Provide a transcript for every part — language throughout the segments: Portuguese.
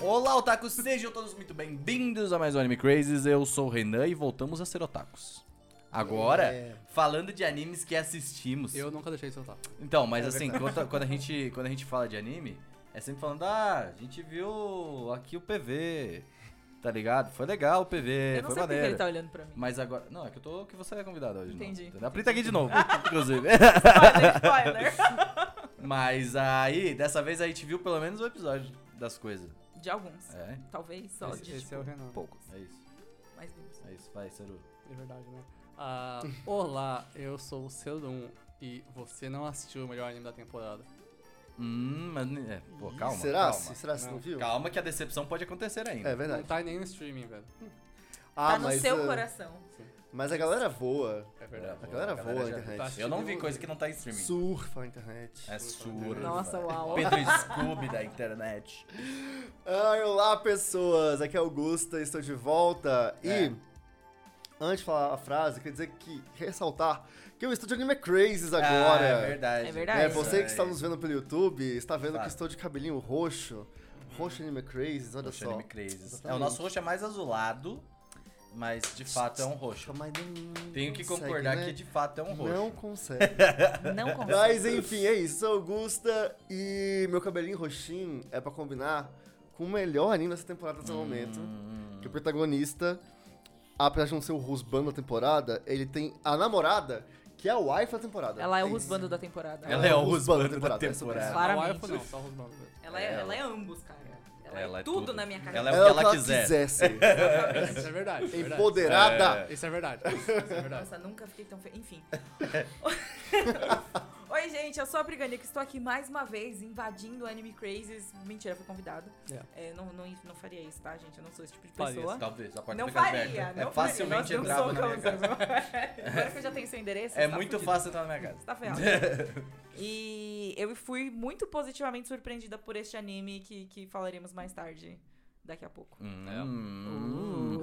Olá, otakus! Sejam todos muito bem-vindos a mais um Anime Crazes. Eu sou o Renan e voltamos a ser otakus. Agora, É. falando de animes que assistimos. Eu nunca deixei de soltar. Então, mas É assim, verdade. quando, quando a gente, quando a gente fala de anime, é sempre falando, ah, a gente viu aqui o PV, tá ligado? Foi legal o PV, foi Eu não sei porque ele maneiro. tá olhando pra mim. Mas agora. Não, é que eu tô. que você é convidado hoje. Entendi. Não. Entendeu? A Pri tá aqui de novo, inclusive. Spoiler, spoiler. Mas aí, dessa vez a gente viu pelo menos um episódio das coisas. De alguns. É, Talvez só esse de esse tipo, é o Renan. poucos. é isso. Mas Deus. É isso, vai, Seru. É verdade, né? Ah, olá, eu sou o Serum e você não assistiu o melhor anime da temporada. Hum, mas. É, pô, calma. Será? Calma. Será que você não Não, viu? Calma que a decepção pode acontecer ainda. É Não verdade. tá nem no streaming, velho. Ah, tá no seu ah, coração. Mas a galera voa, É verdade. a galera voa na já- internet. Eu não vi coisa que não tá em streaming. surfa a internet. É surdo. Nossa, uau. Pedro Scooby da internet. Ai, olá pessoas, aqui é Augusta, estou de volta É. e antes de falar a frase, quer dizer que ressaltar que eu estou de anime crazes agora. Ah, é verdade. É verdade. É, você que está nos vendo pelo YouTube, está vendo Claro. que estou de cabelinho roxo. Roxo anime crazes, olha Roxo só. Anime Crazes. É, o Exatamente. nosso roxo é mais azulado, mas de fato é um roxo. Mas não Tenho que consegue, concordar né? que de fato é um roxo. Não consegue. Não consegue. Mas enfim, é isso. Sou Augusta e meu cabelinho roxinho é pra combinar com o melhor anime dessa temporada até o momento. Hum, Que o protagonista, apesar de não ser o Rusban da temporada, ele tem a namorada, que é a wife da temporada. Ela é o isso. rusbando da temporada. Ela é o Rusbando da é sobre isso. temporada. Claramente. O iPhone não, só os nomes mesmo. Ela é, Ela- ela é ambos, cara. Ela, Ela é, é tudo, tudo. na minha cara. Ela é Ela o que ela quiser. quisesse. Isso é verdade. Isso é verdade. Empoderada. Isso é verdade. Isso é verdade. Nossa, nunca fiquei tão feia. Enfim. Oi, gente, eu sou a Briganica, estou aqui mais uma vez invadindo o Anime Crazes. Mentira, fui convidada. É, não, não, não faria isso, tá, gente? Eu não sou esse tipo de Faria, pessoa. Talvez, a porta Não fica faria, aberta. não é facilmente faria. Nossa, entrar na eu minha não casa. sou cãozão. Agora que eu já tenho seu endereço. É tá muito fudido. fácil entrar na minha casa. Você tá ferrado. e eu fui muito positivamente surpreendida por este anime que, que falaremos mais tarde, daqui a pouco. Hum.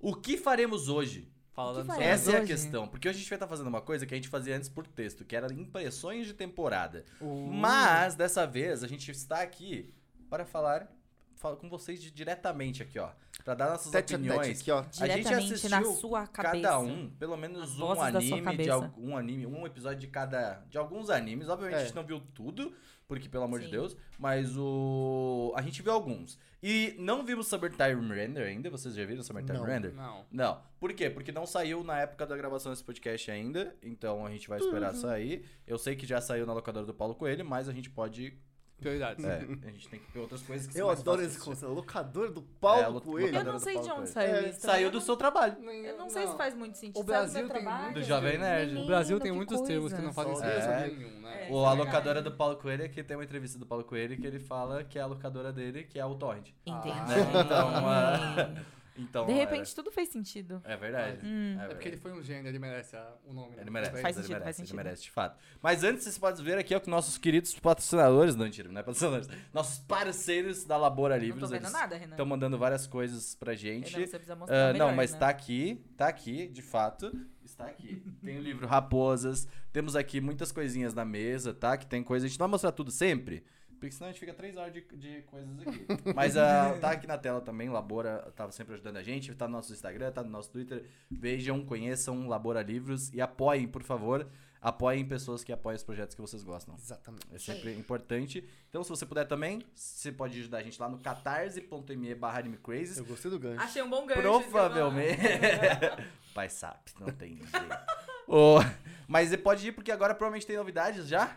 O que faremos hoje? Falando O que sobre... faz? Essa é a hoje? questão, porque hoje a gente vai estar fazendo uma coisa que a gente fazia antes por texto, que era impressões de temporada. Uh. Mas dessa vez a gente está aqui para falar, falar com vocês de- diretamente aqui, ó, Pra dar nossas Tete a tete opiniões. aqui, ó. A gente Diretamente na assistiu sua cabeça. Cada um, pelo menos As um vozes da sua anime de cabeça. algum anime, um episódio de cada, de alguns animes. Obviamente É. a gente não viu tudo, porque pelo amor de Sim. Deus, mas o a gente viu alguns. E não vimos Summertime Render ainda, vocês já viram Summertime Não. Render? Não. Não. Por quê? Porque não saiu na época da gravação desse podcast ainda. Então a gente vai esperar sair. Eu sei que já saiu na locadora do Paulo Coelho, mas a gente pode. Prioridades. é, a gente tem que ver outras coisas que são é Eu mais adoro fáceis esse de assistir. conceito. Locador do É, a Paulo lo- Coelho. Eu locadora não do sei de Paulo Coelho. onde saiu É, isso. também. Saiu do seu trabalho. Eu não, sei se faz muito sentido. O Brasil Saiu do meu tem trabalho. Do Jovem Nerd. O Brasil tem que muitos termos que não fazem coisa. sentido É. nenhum, né? É. Ou a verdade. locadora do Paulo Coelho, que tem uma entrevista do Paulo Coelho que ele fala que é a locadora dele, que é o Torrent. Entendi. Né? Então, ah, então, Ah. De é- repente tudo fez sentido. É, verdade. Hum. É É porque ele verdade. foi um gênio, ele merece a- o nome. né? Ele merece, Faz ele sentido, merece, faz ele sentido. merece, de fato. Mas antes, vocês podem ver aqui ó, que nossos queridos patrocinadores, não, mentira, não é patrocinadores, nossos parceiros da Labora Não tô Livros, vendo eles nada, né? Renan. estão mandando várias coisas pra gente. Renan, você precisa Ah, mostrar não, melhor, mas né? tá aqui, tá aqui, de fato, está aqui. Tem o livro Raposas, temos aqui muitas coisinhas na mesa, tá? Que tem coisa, a gente não vai mostrar tudo sempre, porque senão a gente fica três horas de, de coisas aqui. Mas ah, tá aqui na tela também, Labora tá sempre ajudando a gente, tá no nosso Instagram, tá no nosso Twitter. Vejam, conheçam Labora Livros e apoiem, por favor. Apoiem pessoas que apoiam os projetos que vocês gostam. Exatamente. É sempre importante. Então, se você puder também, você pode ajudar a gente lá no catarse.me barra animecrazes. Eu gostei do gancho. Achei um bom gancho. Provavelmente. né? Pai sabe, não tem jeito. Ô, mas você pode ir porque agora provavelmente tem novidades já?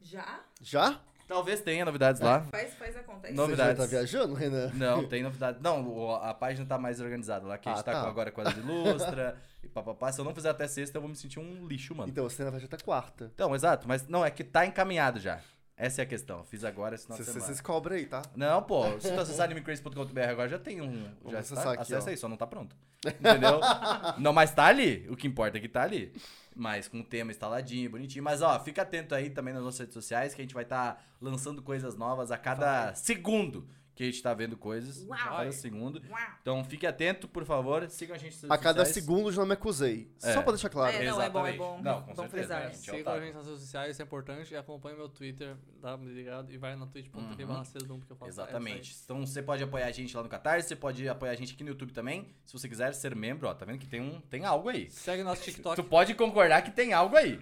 Já? Já? tá Talvez tenha novidades lá. Faz, faz acontece. Não- Você já Novidades. tá viajando, Renan? Não, tem novidades. Não, o- a página tá mais organizada lá, que a gente Ah, tá, tá. com- agora com as ilustra e papapá. Se eu não fizer até sexta, eu vou me sentir um lixo, mano. Então você na verdade tá quarta. Então, exato, mas não, é que tá encaminhado já. Essa é a questão. Eu Fiz agora esse nosso. Você se cobra aí, tá? Não, pô, se tu acessar animecrazy.com.br agora já tem um. Vamos Já acessar está, aqui, acessa ó. aí, só não tá pronto. Entendeu? não, mas tá ali. O que importa é que tá ali. Mas com o tema instaladinho, bonitinho. Mas ó, fica tá atento aí também nas nossas redes sociais que a gente vai estar lançando coisas novas a cada segundo. Que que a gente tá vendo coisas Uau. a cada segundo. Então fique atento, por favor. Sigam a gente nas redes A cada sociais. segundo já me acusei. Só É. pra deixar claro. É, não, é bom, é Exatamente. bom. Não, com bom certeza, frisar. né, gente? é Siga a otário. gente nas redes sociais, isso é importante. E acompanhe meu Twitter, dá uma ligada e vai na twitch.tv Uhum. barra Cedum, um, porque eu faço é Exatamente. Então você pode apoiar a gente lá no Catarse, você pode apoiar a gente aqui no YouTube também. Se você quiser ser membro, ó, tá vendo que tem um tem algo aí. essa aí. Segue nosso Tu TikTok. pode concordar que tem algo aí.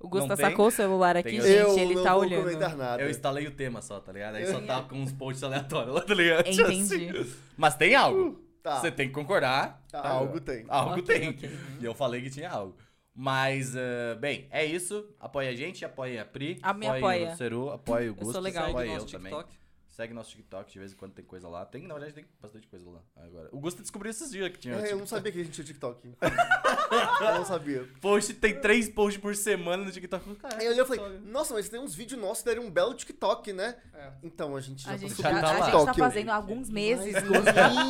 O Não Gusta tem? sacou o celular aqui, Tem gente. eu ele não tá vou olhando. comentar nada. Eu instalei o tema só, tá ligado? Aí só tá com uns posts aleatórios lá, tá ligado? Assim. Entendi. Mas tem algo. Tá, Você tem que concordar. tá, algo tem. Algo Ok, tem. ok. né? E eu falei que tinha algo. Mas, ah, bem, é isso. Apoia a gente, apoia a Pri. A minha apoia. o Seru, apoia o sou Gusto, legal. apoia Segue eu tá nosso também. TikTok. Segue nosso TikTok, de vez em quando tem coisa lá. Tem, na verdade, tem bastante coisa lá agora. O Gusto descobriu esses dias que tinha. É, eu tipo, não sabia que a gente tinha TikTok. eu não sabia. Post, tem três posts por semana no TikTok. Eu falei, "Caralho, Aí eu olhei e falei, TikTok." nossa, mas tem uns vídeos nossos que deram um belo TikTok, né? É. Então, a gente já A tá gente né? já já, subindo tá a gente TikTok. tá eu- fazendo há alguns meses.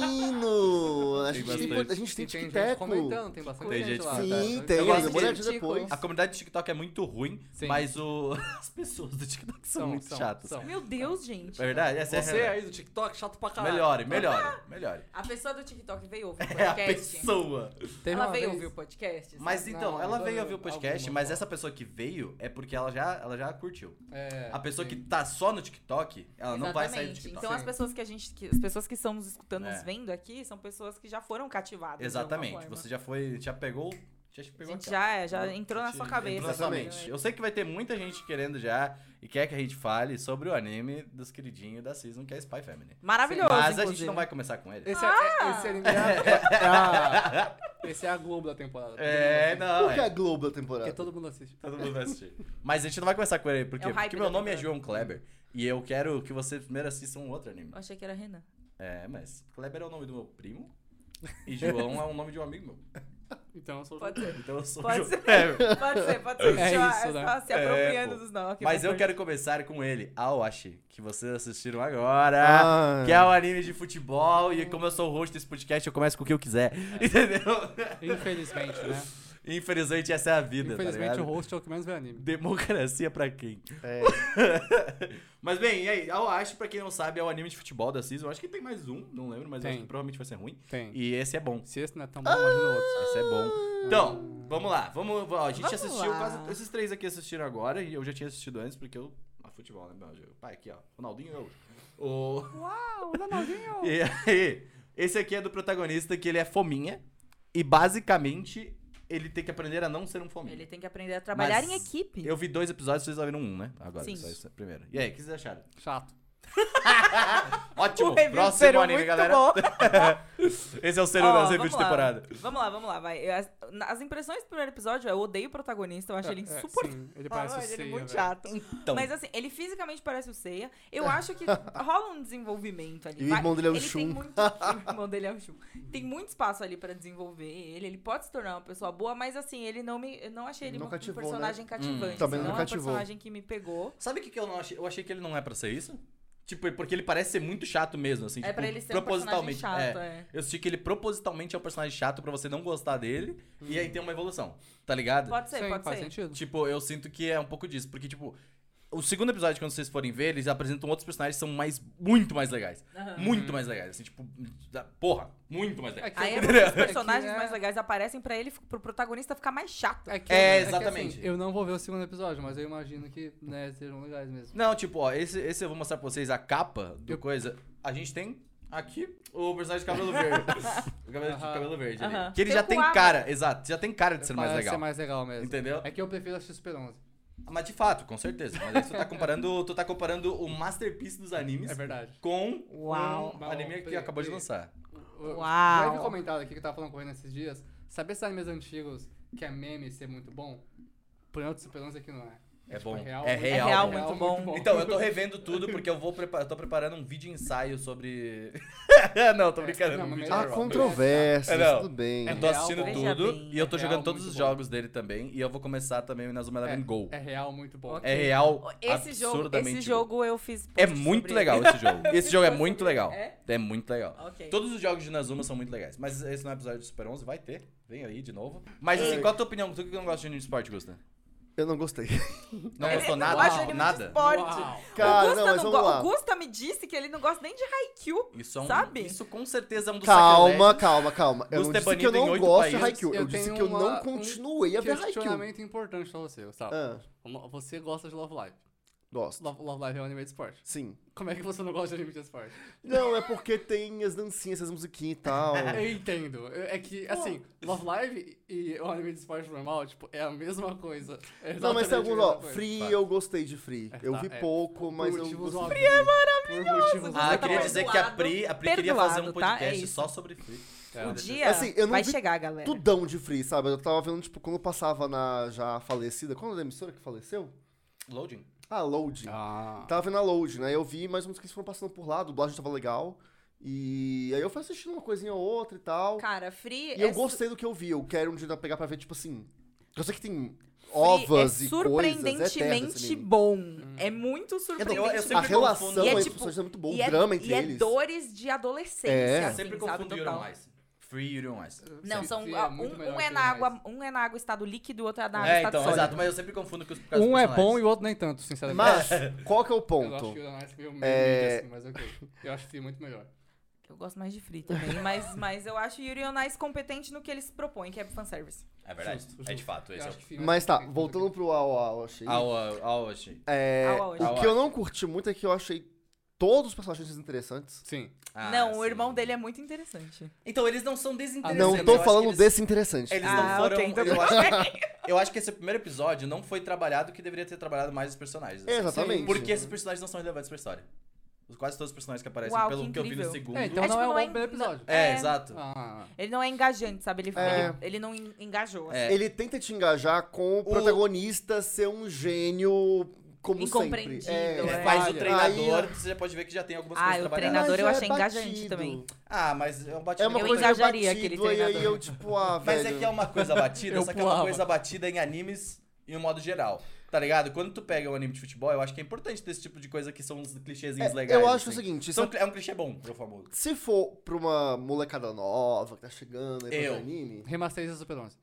Menino! A Tem gente tem, bastante. a gente tem E gente tic-teco. comentando, tem bastante Tem gente gente lá. comentando. Sim, tá? tem. Eu Eu gosto vou de- olhar depois. A comunidade do TikTok é muito ruim, Sim. mas o... as pessoas do TikTok são, São, muito são, chatas. são. Meu Deus, gente. É verdade? Essa é a Você realidade. aí tá. do TikTok, chato pra caralho. Melhore, melhore, melhore. A pessoa do TikTok veio ouvir o É a podcast. pessoa. Teve ela uma veio vez- ouvir o podcast. Mas Não, então, ela não, veio não, ouvir o podcast, alguma mas só. essa pessoa que veio é porque ela já, ela já curtiu. É, A pessoa sim. que tá só no TikTok, ela não vai sair do Exatamente. TikTok. Então as Sim. pessoas que a gente. que- as pessoas que estamos escutando, nos É. vendo aqui, são pessoas que já foram cativadas. de alguma Exatamente. forma. Você já foi, já pegou, já te A pegou gente aquela. já, é, já entrou na sua cabeça. Entrou na sua Exatamente. mente. Eu sei que vai ter muita gente querendo já e quer que a gente fale sobre o anime dos queridinhos da season que é Spy Family. Maravilhoso. Mas a gente inclusive. não vai começar com ele. Esse, é, é, Ah! esse anime é a, é a- Esse é a Globo da temporada. É, não. Por que É. a Globo da Porque temporada? todo mundo assiste. Todo mundo vai assistir. Mas a gente não vai começar com ele, porque, É o hype porque meu da nome é temporada. João Kleber. E eu quero que você primeiro assista um outro anime. Eu achei que era Renan. É, mas Kleber é o nome do meu primo e João é o nome de um amigo meu. Então eu sou. Pode ser. Então eu sou Pode João. ser. É, Pode ser, pode ser. É Já- isso, né? só se É, apropriando pô. dos nomes. mas eu Foi- quero começar com ele, Awashi, que vocês assistiram agora. Ah, Que é o anime de futebol, e como eu sou o host desse podcast, eu começo com o que eu quiser. Entendeu? Infelizmente, né? Infelizmente, essa é a vida. Infelizmente tá o ligado? host é o que menos vê anime. Democracia pra quem? é. Mas bem, e aí? Awashi, pra quem não sabe, é o anime de futebol da Season. Eu acho que tem mais um, não lembro, mas eu Tem. acho que provavelmente vai ser ruim. Tem. E esse é bom. Se esse não é tão bom, imagina o outro. Isso é Ah. bom. Então, vamos lá. Vamos, ó, a gente Vamos assistiu lá. quase. Esses três aqui assistiram agora e eu já tinha assistido antes, porque eu. A futebol, né? meu? Eu- Pai, aqui, ó. Ronaldinho eu. O... Uau, Ronaldinho! E aí, esse aqui é do protagonista que ele é fominha. E basicamente, ele tem que aprender a não ser um fominha. Ele tem que aprender a trabalhar Mas em equipe. Eu vi dois episódios, vocês já viram um, né? Agora, Sim. só isso, primeiro. E aí, o que vocês acharam? Chato. Ótimo! review Tipo, Próximo Peru anime, muito galera. bom. Esse é o Seru Ó, das vamos reviews de lá. temporada. Vamos lá, vamos lá, vai. Eu- As, na- as impressões do primeiro episódio, eu odeio o protagonista, eu acho ele É, é, insuportável, sim, Ele parece o ele é Seiya, muito velho. chato. Então, Mas assim, ele fisicamente parece o Seiya. Eu acho que rola um desenvolvimento ali. E o vai- irmão dele é o ele tem Shun. muito- o irmão dele é o Shun. Tem muito espaço ali pra desenvolver ele. Ele pode se tornar uma pessoa boa, mas assim, ele não me. Eu não achei ele Não um, um cativou, personagem cativante. Também não não é um cativou. personagem que me pegou. Sabe o que, que eu não achei? Eu achei que ele não é pra ser isso. Tipo, porque ele parece ser muito chato mesmo, assim. É tipo, pra ele ser um personagem propositalmente. chato, é. é. Eu senti que ele propositalmente é um personagem chato pra você não gostar dele. Hum. E aí tem uma evolução, tá ligado? Pode ser, Sim, pode faz ser. sentido. Tipo, eu sinto que é um pouco disso. Porque, tipo, o segundo episódio, quando vocês forem ver, eles apresentam outros personagens que são mais, muito mais legais. Aham. Muito mais legais. Assim, tipo, da- porra, muito mais legais. que Aí eu- é, os que, personagens né, mais legais aparecem pra ele, pro protagonista ficar mais chato. É, que, É, que, exatamente. assim, eu não vou ver o segundo episódio, mas eu imagino que né, sejam legais mesmo. Não, tipo, ó, esse, esse eu vou mostrar pra vocês a capa do Eu- coisa. A gente tem aqui o personagem de cabelo verde. o cabelo, de Aham. cabelo verde ali. Aham. Que ele Tem já o tem Kuwama. cara, exato, já tem cara de ser mais Parece legal. né? ser mais legal mesmo. Entendeu? É que eu prefiro a XP11. Mas de fato, com certeza. Mas aí tu tá comparando, tu tá comparando o masterpiece dos animes É verdade. com Uau. um anime que Pri- acabou de Pri- lançar. Eu- Uau. Breve comentário aqui que eu tava falando com o Renan esses dias. Saber esses animes antigos que é meme ser muito bom, por outro esperança que não é. É bom. real, É muito- real, real, né? muito bom. Então, eu tô revendo tudo porque eu vou preparar, tô preparando um vídeo ensaio sobre Não, tô É, brincando, não, um mas vídeo melhor- Há normal. controvérsias, É, não. tudo bem. Eu tô assistindo real, veja tudo bem, e eu tô é jogando real, todos muito os bom. jogos dele também e eu vou começar também o Inazuma Eleven Go. É real, muito bom. Ok. É real, Esse jogo, absurdamente esse bom. jogo eu fiz. É post muito sobre legal ele. esse jogo. Esse jogo é muito legal. É? É muito legal. Ok. Todos os jogos de Inazuma são muito legais, mas esse não é episódio do Super 11, vai ter. Vem aí de novo. Mas assim, Ei. qual a tua opinião? Tu que não gosta de anime de esporte, Gusta? Eu não gostei. Não Ele gostou não gosta É, nada? de anime de Nada? esporte. Uau. Cara, o Gusta não, mas não vamos go- lá. O Gusta me disse que ele não gosta nem de Haikyuu. Isso é um. Sabe? Isso com certeza é um dos Calma, sacrilégios. calma, calma. Eu não Gusta é disse que eu banido em não oito gosto de países. Haikyuu. Eu, Eu disse tenho que eu uma- não um continuei a ver Haikyuu. Questionamento importante pra você, Gustavo. Ah, Uma- Você gosta de Love Live. gosto. Love, Love Live é um anime de esporte. Sim. Como é que você não gosta de anime de esporte? Não, é porque tem as dancinhas, essas musiquinhas e tal. Eu entendo. Eu- É que, assim, Love Live e o anime de esporte normal, tipo, é a mesma coisa. É Não, exatamente mas tem a alguns, mesma ó. coisa. Free, Fato. eu gostei de Free. É, Eu tá, vi é. pouco, Por mas eu motivos gostei. óbvios. Por Ah, motivos eu Você tá queria óbvios. dizer que a perdoado, Pri, a Pri queria fazer um perdoado, tá? É podcast isso. só sobre Free. É. O Olha, dia Assim, eu não vai vi chegar, né? galera. Tudão de Free, sabe? Eu tava vendo, tipo, quando eu passava na já falecida. Qual é a emissora que faleceu? Loading. Ah, Load. Ah. Tava vendo a Load, né? Eu vi mais uns que foram passando por lá, a dublagem tava legal. E aí eu fui assistindo uma coisinha ou outra e tal. Cara, Free E é eu su- gostei do que eu vi. Eu quero um dia pegar pra ver, tipo assim. Eu sei que tem Free ovas é e coisas. É terra surpreendentemente esse anime. Hum. bom. É muito eu- surpreendente. eu A sempre relação confundo. E é, entre os tipo, personagens é muito boa. e O drama entre e eles. é dores de adolescência. É. assim, sempre sabe, confundo Yuri total. on Ice. Free Yuri on Ice. Não, Sim, são Free ah, é muito um, melhor um é que na o água, mais. um é na água estado líquido, o outro é na água É, estado então, sólido. exato, mas eu sempre confundo que os por causa Um dos é bom e personagens. o outro nem tanto, sinceramente. Mas, qual que é Eu o acho ponto? que o Anarchy meio É. é... assim, mas ok. Eu acho que muito melhor. Então Eu gosto mais de Free também, mas, mas eu acho Yuri on Ice competente no que eles propõem, que é fanservice. É verdade, Justo, justo. é de fato. Eu Esse é acho o... que Ah, Free vai Mas tá, ser muito voltando pro Awashi. Awa, Awashi. É, Ao Awashi. o que eu não curti muito é que eu achei todos os personagens interessantes. Sim. Ah, não, o sim. irmão dele é muito interessante. Então, eles não são Ah, desinteressantes. não eu tô acho que falando eles- desse interessante. Eles Ah, não foram. ok, então eu, acho que, eu acho que esse primeiro episódio não foi trabalhado que deveria ter trabalhado mais os personagens. É assim. Exatamente. Porque esses personagens não são relevantes pra história. Os- Quase todos os personagens que aparecem, Uau, pelo que que, eu vi no incrível. segundo. É, então É, não tipo, é um não é bom primeiro episódio. É, é. exato. Ah, Ele não é engajante, sabe? Ele, É. ele, ele não en- engajou. assim. É. Ele tenta te engajar com o, protagonista ser um gênio como sempre. Incompreendido, É, é. Mas o Olha, treinador, aí- você já pode ver que já tem algumas Ah, coisas o trabalhadas. treinador- Mas eu é achei engajante batido. também. Ah, mas é um É batido. uma Eu coisa engajaria batido, aquele E aí treinador. eu, tipo, ah, Mas velho. é que é uma coisa batida, Eu só que é uma pulava. coisa batida em animes em um modo geral. Tá ligado? Quando tu pega um anime de futebol, eu acho que é importante ter esse tipo de coisa que são uns clichêzinhos É, legais. eu acho assim. o seguinte, São- se, é um clichê bom pro famoso. se for pra uma molecada nova que tá chegando aí pra Eu. ver anime, remasteriza Super 11.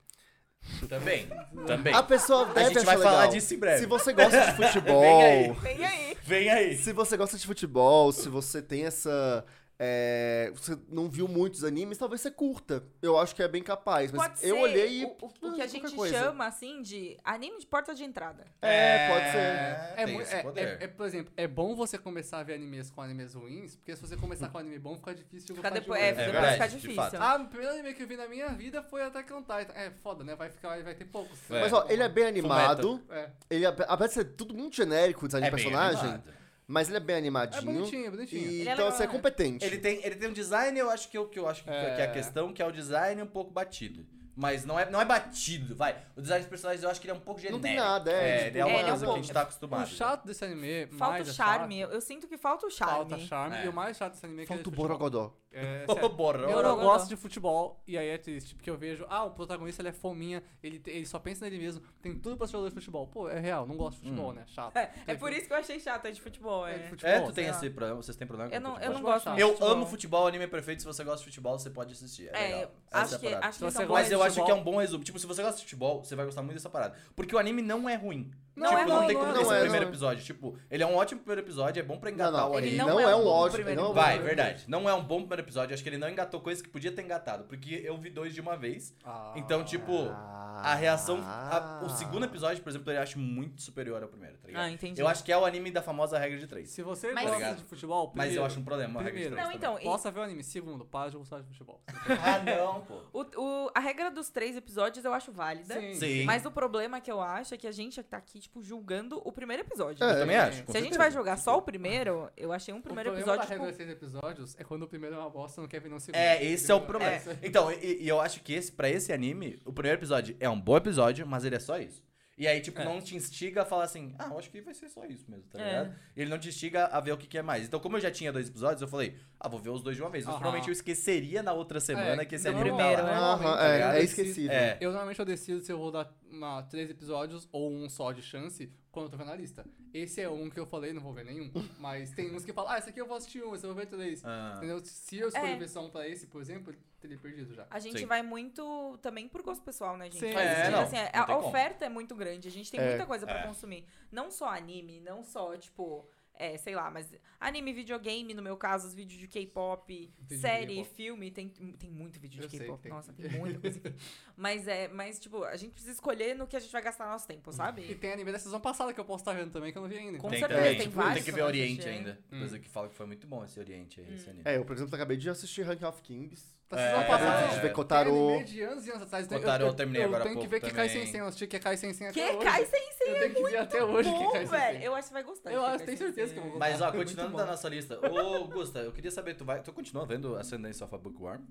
Também. Também. a pessoa A deve gente achar vai falar legal. disso em breve. Se você gosta de Vem aí. futebol, Vem aí. Vem aí. se você gosta de futebol, se você tem essa. é, você não viu muitos animes, talvez você curta. Eu acho que é bem capaz. Mas Pode ser eu olhei e. o, o- o que ah, a qualquer gente coisa. chama, assim, de anime de porta de entrada. É, pode ser. É, É, tem mu- esse é- poder. é- é, por exemplo, é bom você começar a ver animes com animes ruins, porque se você começar com anime bom, fica difícil gostar Fica de depois, um. é, É depois verdade, fica de difícil. fato. Ah, o primeiro anime que eu vi na minha vida foi Attack on Titan. É, foda, né? Vai ficar, vai ter poucos. É. Mas ó, ele é bem animado. É, Ele, ape- apesar de ser tudo muito genérico, o design É de bem personagem, animado. mas ele é bem é animadinho. bonitinho, é bonitinho. e, Ele é então legal, você é né? competente. Ele tem, ele tem um design, eu acho que, eu, que, eu acho que, É. que é a questão, que é o design um pouco batido. Mas não é, não é batido, vai. O design dos personagens eu acho que ele é um pouco Não genérico. tem nada, é, tipo, ele é uma é, ele é um coisa que a gente pouco- tá acostumado. O chato desse anime, Falta mais o é charme. chato, Eu, eu sinto que falta o charme. Falta charme. É. E o mais chato desse anime é que Falta o ele é de futebol. Borogodó. É, Ô, sério. Borão. Eu não Borogodó. gosto de futebol, e aí é triste, porque eu vejo, ah, o protagonista ele é fominha, ele, te- ele só pensa nele mesmo, tem tudo pra ser jogador de futebol. Pô, é real, não gosto de futebol, né? Chato. É por isso que eu achei chato, é de futebol, É é. de futebol. Hum. É, tu tem sei lá. esse problema, vocês têm problema com Eu não, eu futebol? não gosto Eu muito Eu de futebol. amo futebol, o anime é perfeito, se você gosta de futebol, você pode assistir, é, É, legal. eu Essa é acho a que, parada. acho que Se eles são você bons Mas gosta eu de acho futebol- que é um bom resumo. Tipo, se você gosta de futebol, você vai gostar muito dessa parada. Porque o anime não é ruim. Não tipo, é não ruim, tem não como é ter esse ruim. primeiro episódio. Tipo, ele é um ótimo primeiro episódio, é bom pra Não, engatar não, o ele anime. não é um bom ótimo. primeiro ele não é um episódio. Vai, ótimo. verdade. Não é um bom primeiro episódio. Acho que ele não engatou coisas que podia ter engatado. Porque eu vi dois de uma vez. Ah. Então, tipo, a reação. a- o segundo episódio, por exemplo, eu acho muito superior ao primeiro, tá ligado? Ah, entendi. Eu acho que é o anime da famosa regra de três. Se você Mas- gosta Obrigado. de futebol, Mas primeiro, eu acho um problema a regra de primeiro. três. Não, então, e- Possa ver o anime. Segundo, para de gostar de futebol. Ah, não, pô. O, o- a regra dos três episódios eu acho válida. Sim. Mas o problema que eu acho é que a gente tá aqui, tipo, julgando o primeiro episódio. Eu É. também acho. com Se a gente certeza. vai jogar só o primeiro, eu achei um primeiro o problema episódio, da regra tipo, dos seis episódios é quando o primeiro é uma bosta, não quer vir no segundo. É, esse é o Entendeu? problema. Então, e, e eu acho que esse, pra esse anime, o primeiro episódio é um bom episódio, mas ele é só isso. E aí, tipo, É. não te instiga a falar assim, ah, eu acho que vai ser só isso mesmo, tá É. ligado? Ele não te instiga a ver o que, que é mais. Então, como eu já tinha dois episódios, eu falei, ah, vou ver os dois de uma vez. Mas Aham. provavelmente eu esqueceria na outra semana É, que esse não, anime primeiro, tá né? lá. Aham, Tá ligado? é, é Esse- esquecível. É. Eu normalmente eu decido se eu vou dar uma, três episódios ou um só de chance quando eu tô vendo a lista. Esse é um que eu falei, não vou ver nenhum. Mas tem uns que falam, ah, esse aqui eu vou assistir um, esse eu vou ver três. Ah, Entendeu? Se eu escolher É. ver só um pra esse, por exemplo, eu teria perdido já. A gente Sim. vai muito também por gosto pessoal, né, gente? Sim. Faz É, sentido, não, assim, não a tem como. oferta é muito grande, a gente tem É. muita coisa pra É. consumir. Não só anime, não só, tipo, é, sei lá, mas anime, videogame, no meu caso, os vídeos de K-pop, de série, K-pop. filme, tem, tem muito vídeo Eu de sei que K-pop. tem. Nossa, tem muita coisa. enfim. mas é, mas, tipo, a gente precisa escolher no que a gente vai gastar nosso tempo, E sabe? tem anime da sessão passada que eu posso estar vendo também, que eu não vi ainda. Com então. tem certeza, também. tem Tipo, vários que que ver eu Oriente assisti. ainda. Coisa que fala que foi muito bom esse Oriente aí, esse anime. É, eu, por exemplo, acabei de assistir Rank of Kings. Da sessão É. A gente passada. É. vê Tem Kotaro. anime de anos e anos atrás. então Kotaro eu, eu terminei eu agora há tenho que pouco ver que cai também. sem senha. Eu assisti que cai sem senha até Que hoje. cai sem é Eu tenho que ver até hoje que cai bom, sem senha. velho. Eu acho que vai gostar. de Eu que acho- cai tenho sem certeza senha. que eu vou Mas, É ó, muito continuando bom. da nossa lista. Ô, Gusta, eu queria saber, tu vai. Tu continua vendo Ascendance of a Bookworm?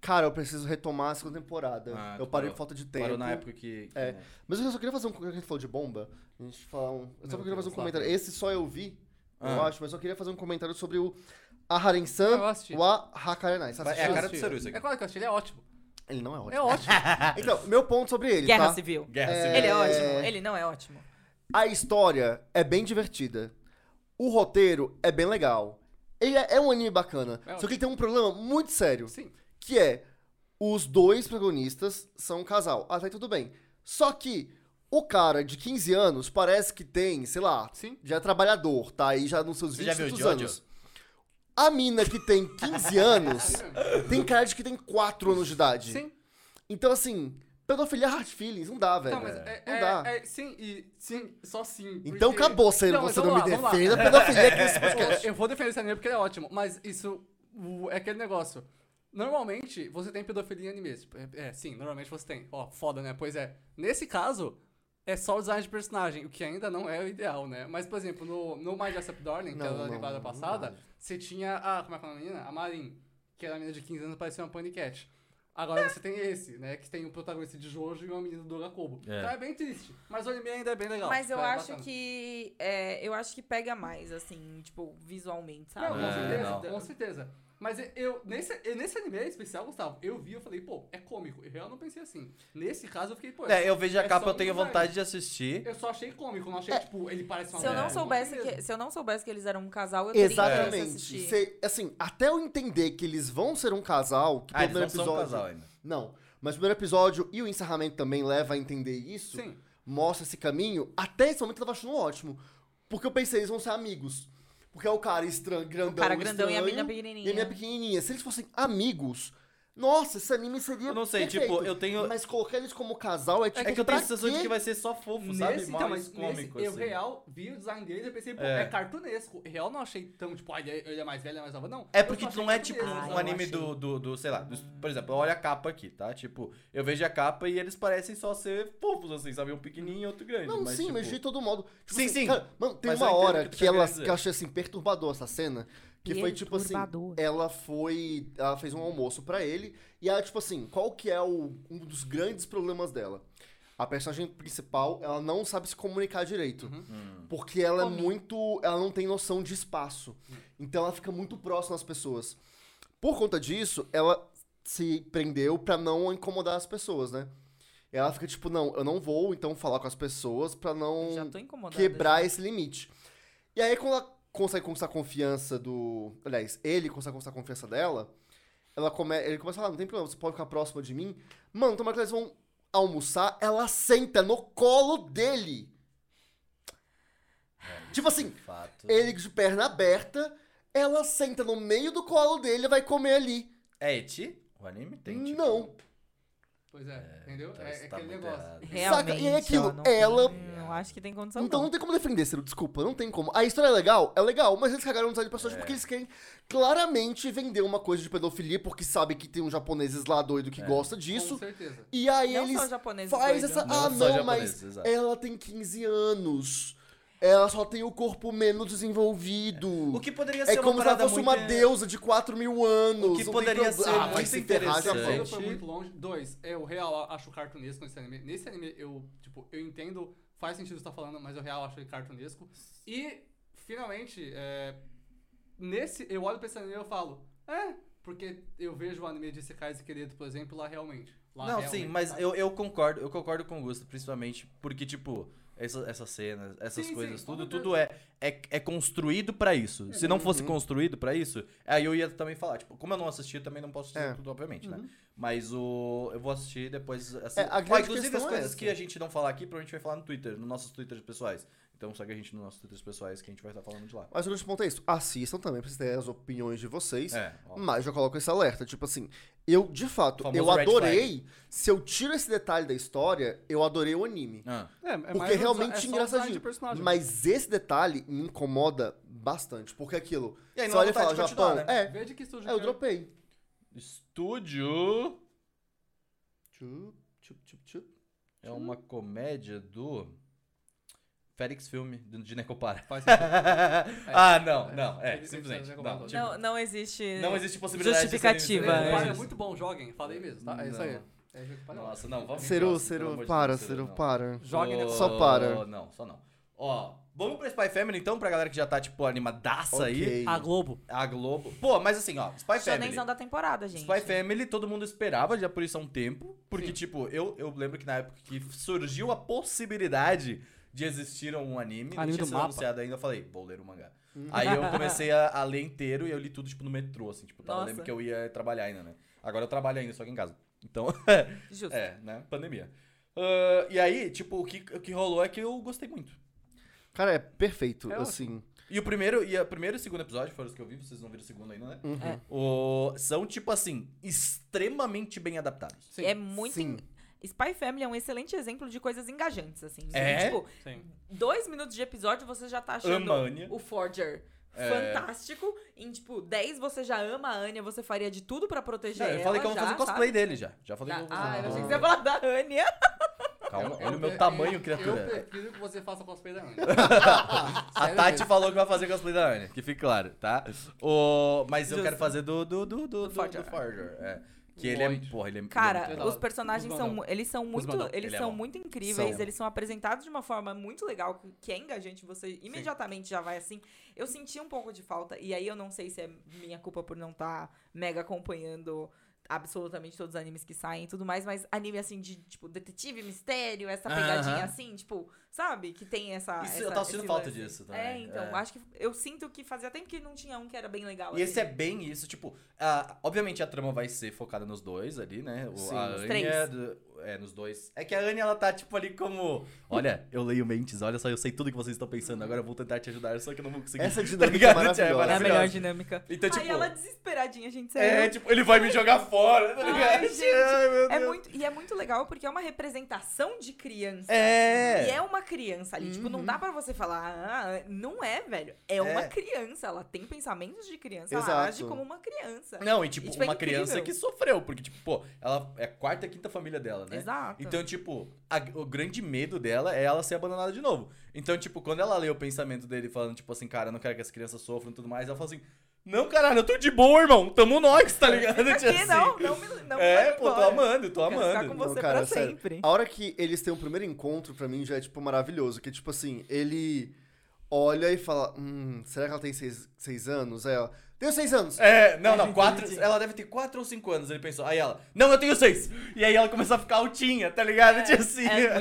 Cara, eu preciso retomar a segunda temporada. Ah, eu tu parei parou. por falta de tempo. Parou na época que. que, É. né? Mas eu só queria fazer um. A gente falou de bomba. A gente fala um. Eu só Meu queria fazer um Deus, comentário. lá vem. Esse só eu vi, eu Ah. acho, mas eu queria fazer um comentário sobre o Eu Aharen-san assisti. wa Hakarenai. Você Vai- assistiu? É a cara do Assisti. Ceru isso aqui. É claro que eu achei, ele é ótimo. Ele não é ótimo. É ótimo. Então, meu ponto sobre ele, Guerra tá? Civil. Guerra É. Civil. Ele é ótimo, ele não é ótimo. A história é bem divertida. O roteiro é bem legal. Ele é, é um anime bacana. É só que ele tem um problema muito sério. Sim. Que é, os dois protagonistas são um casal. Até aí tudo bem. Só que o cara de 15 anos parece que tem, sei lá, Sim. já é trabalhador, tá aí já nos seus Você 20 já e viu tantos Jojo? anos. A mina que tem 15 anos tem cara de que tem 4 anos de idade. Sim. Então, assim, pedofilia é hard feelings, não dá, velho. Não, mas é, Não é- dá. é- sim, e sim, só sim. Então porque- acabou, você não, Não, mas você não vamos me lá, vamos lá. defenda a pedofilia aqui nesse podcast. Eu vou defender esse anime porque ele é ótimo, mas isso o- é aquele negócio. Normalmente, você tem pedofilia em animes. Tipo, é- É, sim, normalmente você tem. Ó, foda, né? Pois é. Nesse caso, é só o design de personagem, o que ainda não é o ideal, né? Mas, por exemplo, no, no My Just Up Darling, Não, que era da não, temporada não, não passada, vale. você tinha a... Como é que é a menina? A Marin, que era a menina de 15 anos, parecia uma Pony Cat. Agora você tem esse, né? Que tem o protagonista de Jojo e uma menina do Gakobo. É. Então é bem triste. Mas o anime ainda é bem legal. Mas eu É acho bacana. que. é, eu acho que pega mais, assim, tipo, visualmente, Não, sabe? com É, certeza, não. com certeza. Mas eu- eu, nesse, eu- nesse anime especial, Gustavo, eu vi e falei, pô, é cômico. Eu real não pensei assim. Nesse caso, eu fiquei, pô, É, eu vejo a é capa, só eu tenho um design. vontade de assistir. eu só achei cômico, não achei, tipo, ele parece uma Se eu, É. não merda, soubesse achei que, mesmo. se eu não soubesse que eles eram um casal, eu teria que Exatamente. assistir. Cê- assim, até eu entender que eles vão ser um casal, que Ah, o eles primeiro não são um episódio. casal ainda. Não. Mas o primeiro episódio e o encerramento também leva a entender isso. Sim. Mostra esse caminho. Até esse momento eu tava achando ótimo. Porque eu pensei, eles vão ser amigos. Porque é o cara estranho, grandão. o cara grandão e a estranho, menina E pequenininha. a minha pequenininha. Se eles fossem amigos, nossa, esse anime seria. Eu não sei, é perfeito. tipo, eu tenho. Mas colocar eles como casal é tipo. É que eu tenho a pra sensação de quê? que vai ser só fofo, sabe? Nesse, então, Mais mas nesse, cômico, eu assim. real vi o design dele e pensei, pô, É. é, cartunesco. Real não achei tão, tipo, ah, ele é, ele é mais velho, ele é mais nova, não. É Eu porque só achei não é cartunesco, tipo Ah, um eu sabe? anime achei. do, do, do, sei lá, dos- por exemplo, olha a capa aqui, tá? Tipo, eu vejo a capa e eles parecem só ser fofos, assim, sabe? Um pequenininho e outro grande. Não, mas, sim, tipo, mas de todo modo. Tipo Sim, assim, sim. Cara, mano, tem Mas eu uma entendo o hora que tu que, tá ela, querendo dizer. que eu achei assim, perturbador essa cena. Que foi tipo assim. Perturbador. Ela foi. Ela fez um almoço pra ele. E ela, tipo assim, qual que é o- um dos grandes problemas dela? A personagem principal, ela não sabe se comunicar direito. Uhum. hum, Porque ela é Como? muito. Ela não tem noção de espaço. Então ela fica muito próxima às pessoas. Por conta disso, ela se prendeu pra não incomodar as pessoas, né? Ela fica tipo, não, eu não vou então falar com as pessoas pra não Já tô incomodada. quebrar esse limite. E aí, quando ela consegue conquistar a confiança do. Aliás, ele consegue conquistar a confiança dela, ela come... ele começa a falar: não tem problema, você pode ficar próxima de mim. Mano, tomara que eles vão almoçar, ela senta no colo dele. Tipo assim, de fato. ele de perna aberta, ela senta no meio do colo dele e vai comer ali. É Eti? O anime tem, tipo... Não. Pois é, entendeu? então É, isso é tá aquele muito negócio. errado. Realmente, Saca, e é aquilo, ó, não tem- ela- Eu acho que tem condição Então não. não tem como defender, Ciro, desculpa, não tem como. A história é legal? É legal, mas eles cagaram no design de personagem porque eles querem claramente vender uma coisa de pedofilia, porque sabe que tem uns japoneses lá doido que gosta Com disso. certeza. tá, E aí Não só eles japoneses né? faz doidos. essa. Não ah, só não, japoneses, mas exato. ela tem 15 anos. Ela só tem o corpo menos desenvolvido. O que poderia É ser como uma se ela parada fosse muito... uma deusa de 4 mil anos. O que não tem poderia problema. ser ah, muito vai se ferrar, interessante. Japão. Primeiro foi muito longe. Dois, eu real acho cartunesco nesse anime. Nesse anime, eu, tipo, eu entendo, faz sentido o que você tá falando, mas eu real acho ele cartunesco. E, finalmente, é, nesse, eu olho pra esse anime e eu falo, é, porque eu vejo o anime de Sekais e Querido, por exemplo, lá realmente. Lá Não, realmente, tá. sim, mas sabe? eu, eu concordo, eu concordo com o Gusto, principalmente porque, tipo, Essas, essas cenas, essas Sim, sim, coisas, com tudo, certeza. tudo é, é, é construído pra isso. Se não fosse Uhum. construído pra isso, aí eu ia também falar, tipo, como eu não assisti, eu também não posso dizer É. tudo, obviamente, né? Uhum. Mas o eu vou assistir depois, assim, É, a Ó, grande inclusive questão as é coisas essa. que a gente não falar aqui, provavelmente vai falar no Twitter, nos nossos Twitters pessoais. Então segue a gente nos nossos Twitters pessoais que a gente vai estar falando de lá. Mas o grande ponto é isso. Assistam também pra vocês terem as opiniões de vocês. É, ó. Mas já coloco esse alerta. Tipo assim, eu, de fato, Famoso eu red adorei. Se eu tiro esse detalhe da história, eu adorei o anime. Ah. É, é mais um Porque é desa- realmente é só um design de engraçadinho. personagem. Mas esse detalhe me incomoda bastante. Porque é aquilo. E aí, você não dá olha e fala, vontade de continuar, Japão. né? É, Veja que estúdio é, eu que dropei. Estúdio Tchup, tchup, tchup, tchup. é uma comédia do Félix Filme, do- de Necopara. faz ah, não, não, é, Ele- simplesmente. ele- Não, tipo, Não, não existe. não existe possibilidade de Justificativa, serem- Necropara é. é muito bom, joguem. Falei mesmo, tá? É isso aí. Não. É Veja que Para é ótimo. Nossa, não, vamos pro Seru, próximo, pelo amor Seru, de para, Deus, Seru, não. para. Jogue Ô, nessa. Só para. Não, só não. Ó, vamos pra Spy Family então, pra galera que já tá, tipo, animadaça aí. Ok. A Globo. A Globo. Pô, mas assim, ó, Spy Family. Shonenzão da temporada, gente. Spy Family, todo mundo esperava já por isso há um tempo. Porque, Sim. tipo, eu, eu lembro que na época que surgiu a possibilidade de existir um anime, não Anime tinha do sido mapa. anunciado ainda, eu falei, vou ler o mangá. Aí eu comecei a, a ler inteiro e eu li tudo, tipo, no metrô, assim, tipo, tava, eu lembro Nossa. que eu ia trabalhar ainda, né? Agora eu trabalho ainda, só que em casa. Então, Justo. é, né? Pandemia. Ah, e aí, tipo, o que, o que rolou é que eu gostei muito. Cara, é perfeito, É assim. E o primeiro, e a primeiro e o segundo episódio, foram os que eu vi, vocês não viram o segundo ainda, né? Uhum. É. O- são, tipo assim, extremamente bem adaptados. Sim. É muito. Sim. Spy Family é um excelente exemplo de coisas engajantes, assim. É? Tipo, Sim. dois minutos de episódio você já tá achando Ama a Anya. o Forger É. fantástico. Em, tipo, 10 você já ama a Anya, você faria de tudo pra proteger Não, eu ela. falei que eu vou já, fazer cosplay dele já. Já falei sabe? que eu vou Ah, fazer. eu achei que você ia falar da Anya. Calma, Eu- olha eu- o meu eu- tamanho, eu- é Eu criatura. prefiro que você faça cosplay da Anne. A Tati falou que vai fazer cosplay da Anya, que fique claro, tá? O... Mas eu Justo. quero fazer do, do, do, do, do, Forger. Um do Forger, é. Que ele é. Lloyd. Porra, ele é. ele é Cara, muito legal. os personagens Os são, mandão. mu- eles são muito, mandão. eles Ele é são bom. muito incríveis, São. eles são apresentados de uma forma muito legal que- que é engajante, você imediatamente já vai assim. Eu senti um pouco de falta e aí eu não sei se é minha culpa por não estar mega acompanhando absolutamente todos os animes que saem e tudo mais, mas anime assim de tipo detetive, mistério, essa pegadinha Aham. assim, tipo, sabe? Que tem essa Isso, essa- eu tava sentindo esse falta lance. disso É, também, então, é. acho que eu sinto que fazia tempo que não tinha um que era bem legal. E esse é assim. bem isso, tipo, a- obviamente a trama vai ser focada nos dois ali, né? O, Sim, a nos Anya, três. do- é, nos dois. É que a Anya, ela tá, tipo, ali como. Olha, eu leio mentes, olha só, eu sei tudo que vocês estão pensando, agora eu vou tentar te ajudar, só que eu não vou conseguir. Essa Tá dinâmica é ligado? É maravilhosa. é a melhor maravilhoso. dinâmica. Então, tipo. Aí ela desesperadinha, gente, sério. É, tipo, ele vai me jogar fora, tá Então. Ai, ligado? gente, meu É Deus. muito, e é muito legal porque é uma representação de criança. É. Uhum. E é uma criança ali. Tipo, não dá pra você falar, ah, não é, velho. É uma É. criança. Ela tem pensamentos de criança. Ela Exato. age como uma criança. Não, e tipo, E, tipo, é uma criança incrível. que sofreu, porque, tipo, pô, ela é a quarta, quinta família dela, né? Exato. Então, tipo, a- o grande medo dela é ela ser abandonada de novo. Então, tipo, quando ela lê o pensamento dele falando, tipo assim, cara, eu não quero que as crianças sofram e tudo mais, ela fala assim, não, caralho, eu tô de boa, irmão, tamo nós, tá ligado? Fica Tipo aqui, assim. não, não me não me é, leva pô, tô embora. amando, tô Quero ficar com amando. você Não, cara, pra sério. sempre. A hora que eles têm o primeiro encontro, pra mim, já é, tipo, maravilhoso. Que, tipo assim, ele olha e fala, hum, será que ela tem seis, seis anos? Aí ela, tenho seis anos! É, não, não, quatro. Ela deve ter quatro ou cinco anos, ele pensou. Aí ela, não, eu tenho seis. E aí ela começa a ficar altinha, tá ligado? Tipo assim. é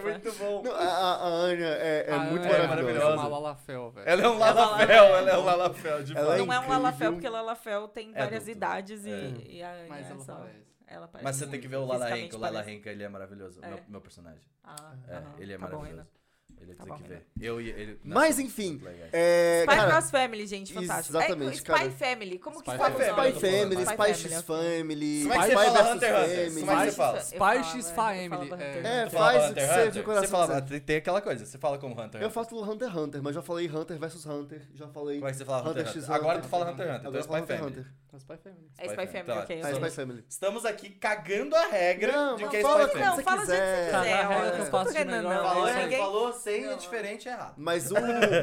muito fofa. muito bom. Não, a, a- a Anya é, é A muito Anne é maravilhosa. maravilhosa. Ah, É uma Lalafel, velho. Ela é um Ela é um Lalafel, Lalafel. ela é um Lalafel, de né? Ela fato. é Não é um incrível. Lalafel, porque Lalafel tem É várias adulto. idades e, É. e a Mas ela é só- parece. ela parece Mas você tem muito que ver o Lala Henka. O fisicamente Lala parece. Henka, ele é maravilhoso. É. Meu, meu personagem. Ah, É, aham, ele é tá bom, maravilhoso. Renan. ele é que Tá tem bom, que Renan. ver. Eu e ele. Mas, são enfim, muito legais. É, Spy cara, Cross Family, gente, fantástico. exatamente, é, Spy cara. Family, como que Spy fala o Family. nome? Spy Family, Spy Spy X Family, Como é que você Spy fala versus Hunter x Hunter? Family. Como é que você Spy- fala? Eu Spy X falava, eu Family, falava é- Hunter É, x Você fala faz o Hunter que você Hunter? vê o Você coração fala, tem- tem aquela coisa, você fala como Hunter Eu Hunter. falo Hunter x Hunter, mas já falei Hunter versus Hunter, já falei... Como é que você fala Hunter Hunter Hunter? x Agora tu Hunter. fala Hunter Hunter, então Agora é eu falo Spy Hunter x Family. Hunter. É Spy Family. É Spy Spy Family, Family. ok. Tá, Ah, ok. Spy Spy Family. Estamos aqui cagando a regra Não, de mas que é fala Spy que Family. Não, você é fala do jeito que você quiser. quiser. Cada regra olha. que Tá, eu faço de Renan, melhor, não, Falou, é isso olha, aí. sem- ninguém- falou sem é diferente é errado. Mas o,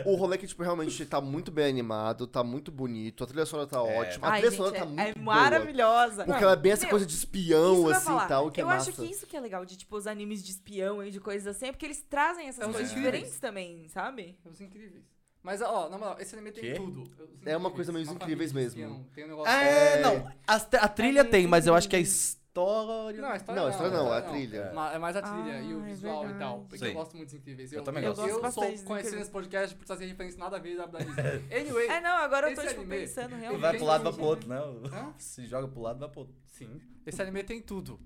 o rolê que, tipo, realmente tá muito bem animado, tá muito bonito, a trilha sonora tá É. ótima, a Ai, trilha gente, sonora é- tá muito É boa. maravilhosa. Porque ela é bem essa Meu, coisa de isso que espião, eu ia assim, falar. e tal, que eu é massa. acho que isso que é legal de, tipo, os animes de espião e de coisas assim, é porque eles trazem essas É, os coisas incríveis. diferentes também, sabe? Os incríveis. Mas, ó, na moral, esse anime tem Quê? Ah, tudo. Os É uma coisa meio Incríveis, Incríveis uma família de mesmo. espião, Tem um negócio. É, não. A, a trilha É, tem, mas eu acho que a tem. história. Não, a história é Não, a não, história não, a trilha. Ma- É mais a trilha e o Ah, é visual e tal. verdade. Porque Sim. eu gosto muito dos Incríveis. Eu também gosto. Eu Eu, gosto sou bastante dos conhecido Incríveis. nesse podcast por trazer referência nada a ver da da Disney. Anyway. É, não, agora eu tô, Esse tipo, anime, pensando E realmente. um vai pro lado, vai da pro outro, né? Hã? Se joga pro lado, vai pro outro. Sim. Esse anime tem tudo.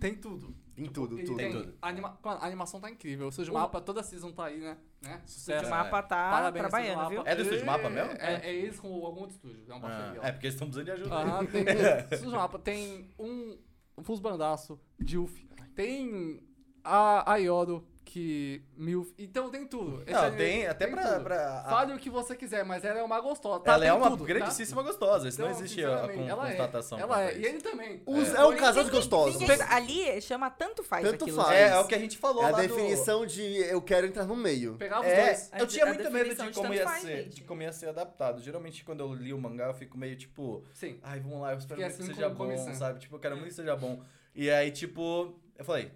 Tem tudo. Em tudo, ele tudo. É Tem Tem tudo. A, anima... Mano, a animação tá incrível. O Studio O- Mapa, toda a season tá aí, né? né? Studio O Sucesso. Mapa mapa tá Parabéns, trabalhando, Studio viu? Mapa. É do Estúdio Mapa mesmo? É, é eles com algum outro estúdio. É uma Ah, parceria. é, porque eles estão precisando de ajuda. Aham, tem Sujo Mapa, tem um um Fus Bandaço, Dilf, tem a Ayodo, que Milf, então tem tudo. Esse Não, anime tem até pra. tudo. pra- a- Fale o que você quiser, mas ela é uma gostosa. tá? ela é Tem uma tudo, tá? grandíssima gostosa, isso não Então, existe a, a con- sinceramente, ela é, constatação. Ela é, quanto a e isso. ele também. Os- É. É um casal de gostosos. Ninguém, ali chama tanto faz Tanto aquilo. faz. né? É, é o que a gente falou É a lá do- definição de eu quero entrar no meio. Pegava os É, dois. A eu de- tinha a muito medo definição de de como, tanto ia faz, ser, gente. de como ia ser adaptado. Geralmente, quando eu li o mangá, eu fico meio tipo, Sim. ai, vamos lá, eu espero Fiquei muito que assim seja como É. bom, comissão. sabe? Tipo, eu quero muito que seja bom. E aí, tipo, eu falei,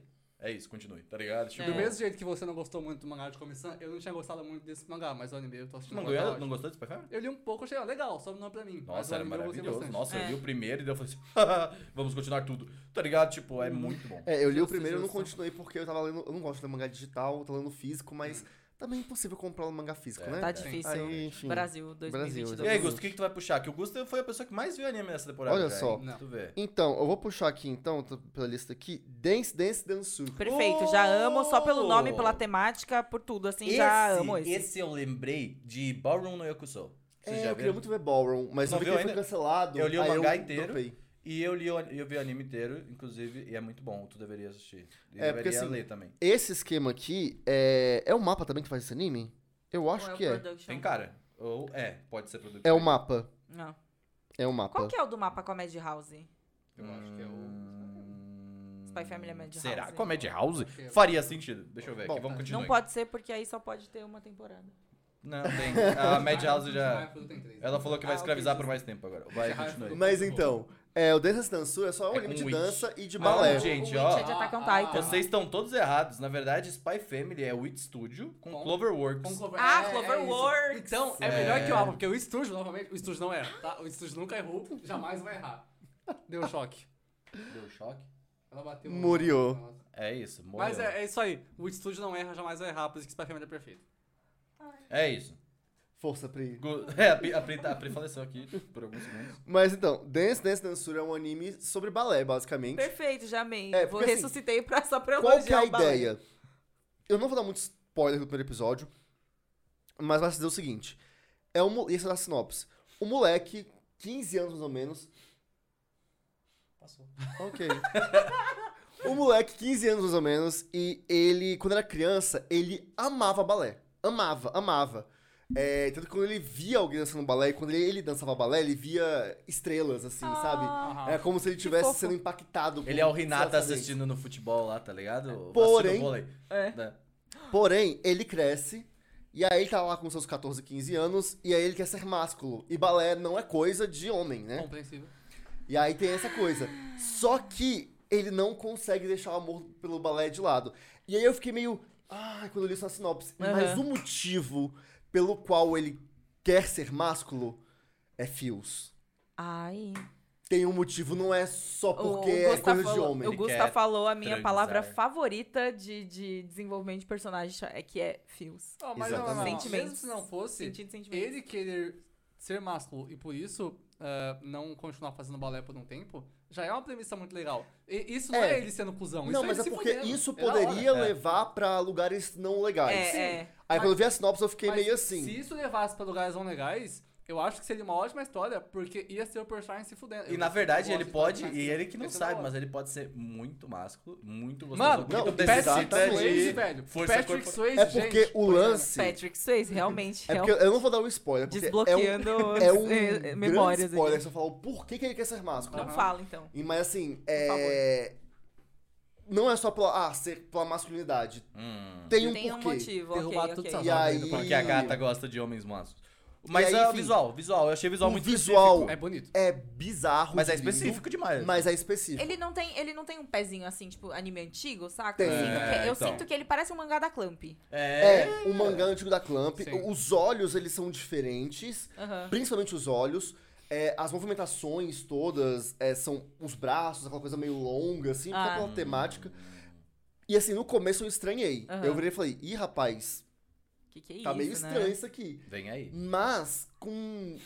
é isso, continue, tá ligado? Tipo, Do mesmo jeito que você não gostou muito do mangá de comissão, eu não tinha gostado muito desse mangá, mas o anime eu tô assistindo não, agora, tá ganhou, é ótimo. não gostou de Spy Family? Eu li um pouco, achei ó, legal, só não é pra mim. mas o Nossa, era anime eu gostei maravilhoso. bastante. Nossa, eu É. vi o primeiro e daí eu falei assim, vamos continuar tudo. Tá ligado? Tipo, é muito bom. É, eu li o Justo, primeiro e não justo. continuei porque eu tava lendo. Eu não gosto de ler mangá digital, eu tô lendo físico, mas também é impossível comprar um mangá físico, É, né? Tá Sim. difícil. Aí, enfim. Brasil Brasil, 2022. E aí, Gusto, o que, que tu vai puxar? Que o Gusto foi a pessoa que mais viu anime nessa temporada. Olha já, só. hein? Não. Tu vê. Então, eu vou puxar aqui então, tô pela lista aqui, Dance Dance Dansu. Perfeito, já amo só pelo nome, Oh! pela temática, por tudo, assim, já amo esse. esse eu lembrei de Ballroom no Yokusou. Vocês É, já eu queria viram? muito ver Ballroom, mas Não eu vi que viu ele foi ainda? cancelado. Eu li o aí mangá inteiro. dropei. E eu li, o- eu vi o anime inteiro, inclusive, e é muito bom. Tu deveria assistir. E É, porque deveria assim- ler também. Esse esquema aqui é. É o mapa também que faz esse anime? Eu acho Qual que é. production? Tem cara. Ou é, pode ser produtivo. É o mapa. Não. É o mapa. Qual que é o do mapa Comedy House? Eu acho que é o. Spy Family é Madhouse, um Será? hein? Comedy House? Acho que é. Faria sentido. Deixa eu ver aqui, Bom, vamos tá. continuar. Não pode ser, porque aí só pode ter uma temporada. Não, tem. A Madhouse já... Ela é falou que vai Ah, ok, escravizar por justo. mais tempo agora. Vai, continue. Mas então, é, o Dance Dance Dansu é só um É anime um de witch. dança e de Ah, balé. um witch. Gente, ó. é de Attack on Ah, Titan. Vocês estão todos errados. Na verdade, Spy Family é Wit Studio com, Com- Cloverworks. Com Clover- Ah, é, é Cloverworks! isso. Então, é, É. melhor que o Alpha, porque o Estúdio, novamente, o Estúdio não erra, tá? O Estúdio nunca errou, jamais vai errar. Deu choque. Deu choque? Ela bateu. Muriou. É isso. Morreu. Mas é, é isso aí. O Estúdio não erra, jamais vai errar, por isso que Spy Family é perfeito. É isso. Força, Pri. Gu- É, a Pri, a Pri tá- a Pri faleceu aqui por alguns segundos. Mas então, Dance Dance Dansura é um anime sobre balé, basicamente. Perfeito, já amei. É, Vou porque, assim, ressuscitei pra, só pra Qual que é elogiar a o balé. ideia? Eu não vou dar muito spoiler do primeiro episódio, mas vai dizer o seguinte. É um, mo- isso é da sinopse. Um moleque, 15 anos mais ou menos... Passou. Ok. um moleque, 15 anos mais ou menos, e ele, quando era criança, ele amava balé. Amava, amava. É, tanto que quando ele via alguém dançando balé, e quando ele, ele dançava balé, ele via estrelas, assim, sabe? Ah, É como se ele estivesse fofo. sendo impactado. por- Ele é o Renata exatamente. assistindo no futebol lá, tá ligado? Porém- Assistindo vôlei. é. Né? Porém, ele cresce, e aí ele tá lá com seus 14, 15 anos, e aí ele quer ser másculo. E balé não é coisa de homem, né? Compreensível. E aí tem essa coisa. Só que ele não consegue deixar o amor pelo balé de lado. E aí eu fiquei meio. Ai, quando eu li essa sinopse. Aham. Mas o motivo pelo qual ele quer ser másculo é fios. Ai. Tem um motivo, não é só porque é Gusta coisa de falou- homem. O Gusta quer falou a minha transar. palavra favorita de, de desenvolvimento de personagem, é que é feels. Não, mas não, não, não. Exatamente. Mesmo se não fosse, Sentido, sentimento. ele querer ser másculo e por isso ah, não continuar fazendo balé por um tempo, já é uma premissa muito legal. E isso não é, É. ele sendo cuzão. não, isso mas ele é se porque fudendo. isso É da hora. poderia É. levar pra lugares não legais. É, é. Aí quando eu vi a sinopse eu fiquei Mas meio assim. Se isso levasse pra lugares não legais, eu acho que seria uma ótima história, porque ia ser o personagem se fudendo. E Eu- na verdade eu ele gosto de personagem pode, se e ele que não fudendo, sabe, é mas ele pode ser muito másculo, muito gostoso. Mano, muito não, necessita Patrick Exatamente. Swayze, velho. força Patrick corporal. Swayze, É porque gente, o pois é. lance. Patrick Swayze, realmente. É porque eu- eu não vou dar um spoiler, porque é um Desbloqueando É um eh, grande memórias. aqui. spoiler se eu falar o porquê que ele quer ser másculo. Não Aham. fala, então. E, mas assim, é... Não é só pela, ah, ser pela masculinidade. Hum, Tem um Tem um porquê. motivo, ok, Derrubar ok. tudo essa E aí- merda, porque a gata gosta de homens másculos. Mas aí, é o enfim, visual, visual, eu achei o visual o muito visual- específico. É bonito. É bizarro. Mas é lindo, específico demais. Mas é específico. Ele não, tem, ele não tem um pezinho assim, tipo, anime antigo, saca? Tem. Eu, sinto É, que, eu então. sinto que ele parece um mangá da Clamp. É, É, o mangá antigo da Clamp. Sim. Os olhos, eles são diferentes. Aham. Principalmente os olhos. É, as movimentações todas é, são os braços, aquela coisa meio longa, assim, Ah. ah. aquela temática. E assim, no começo eu estranhei. Aham. Eu virei e falei, ih, rapaz, Que que é tá isso, meio né? estranho isso aqui. Vem aí. Mas com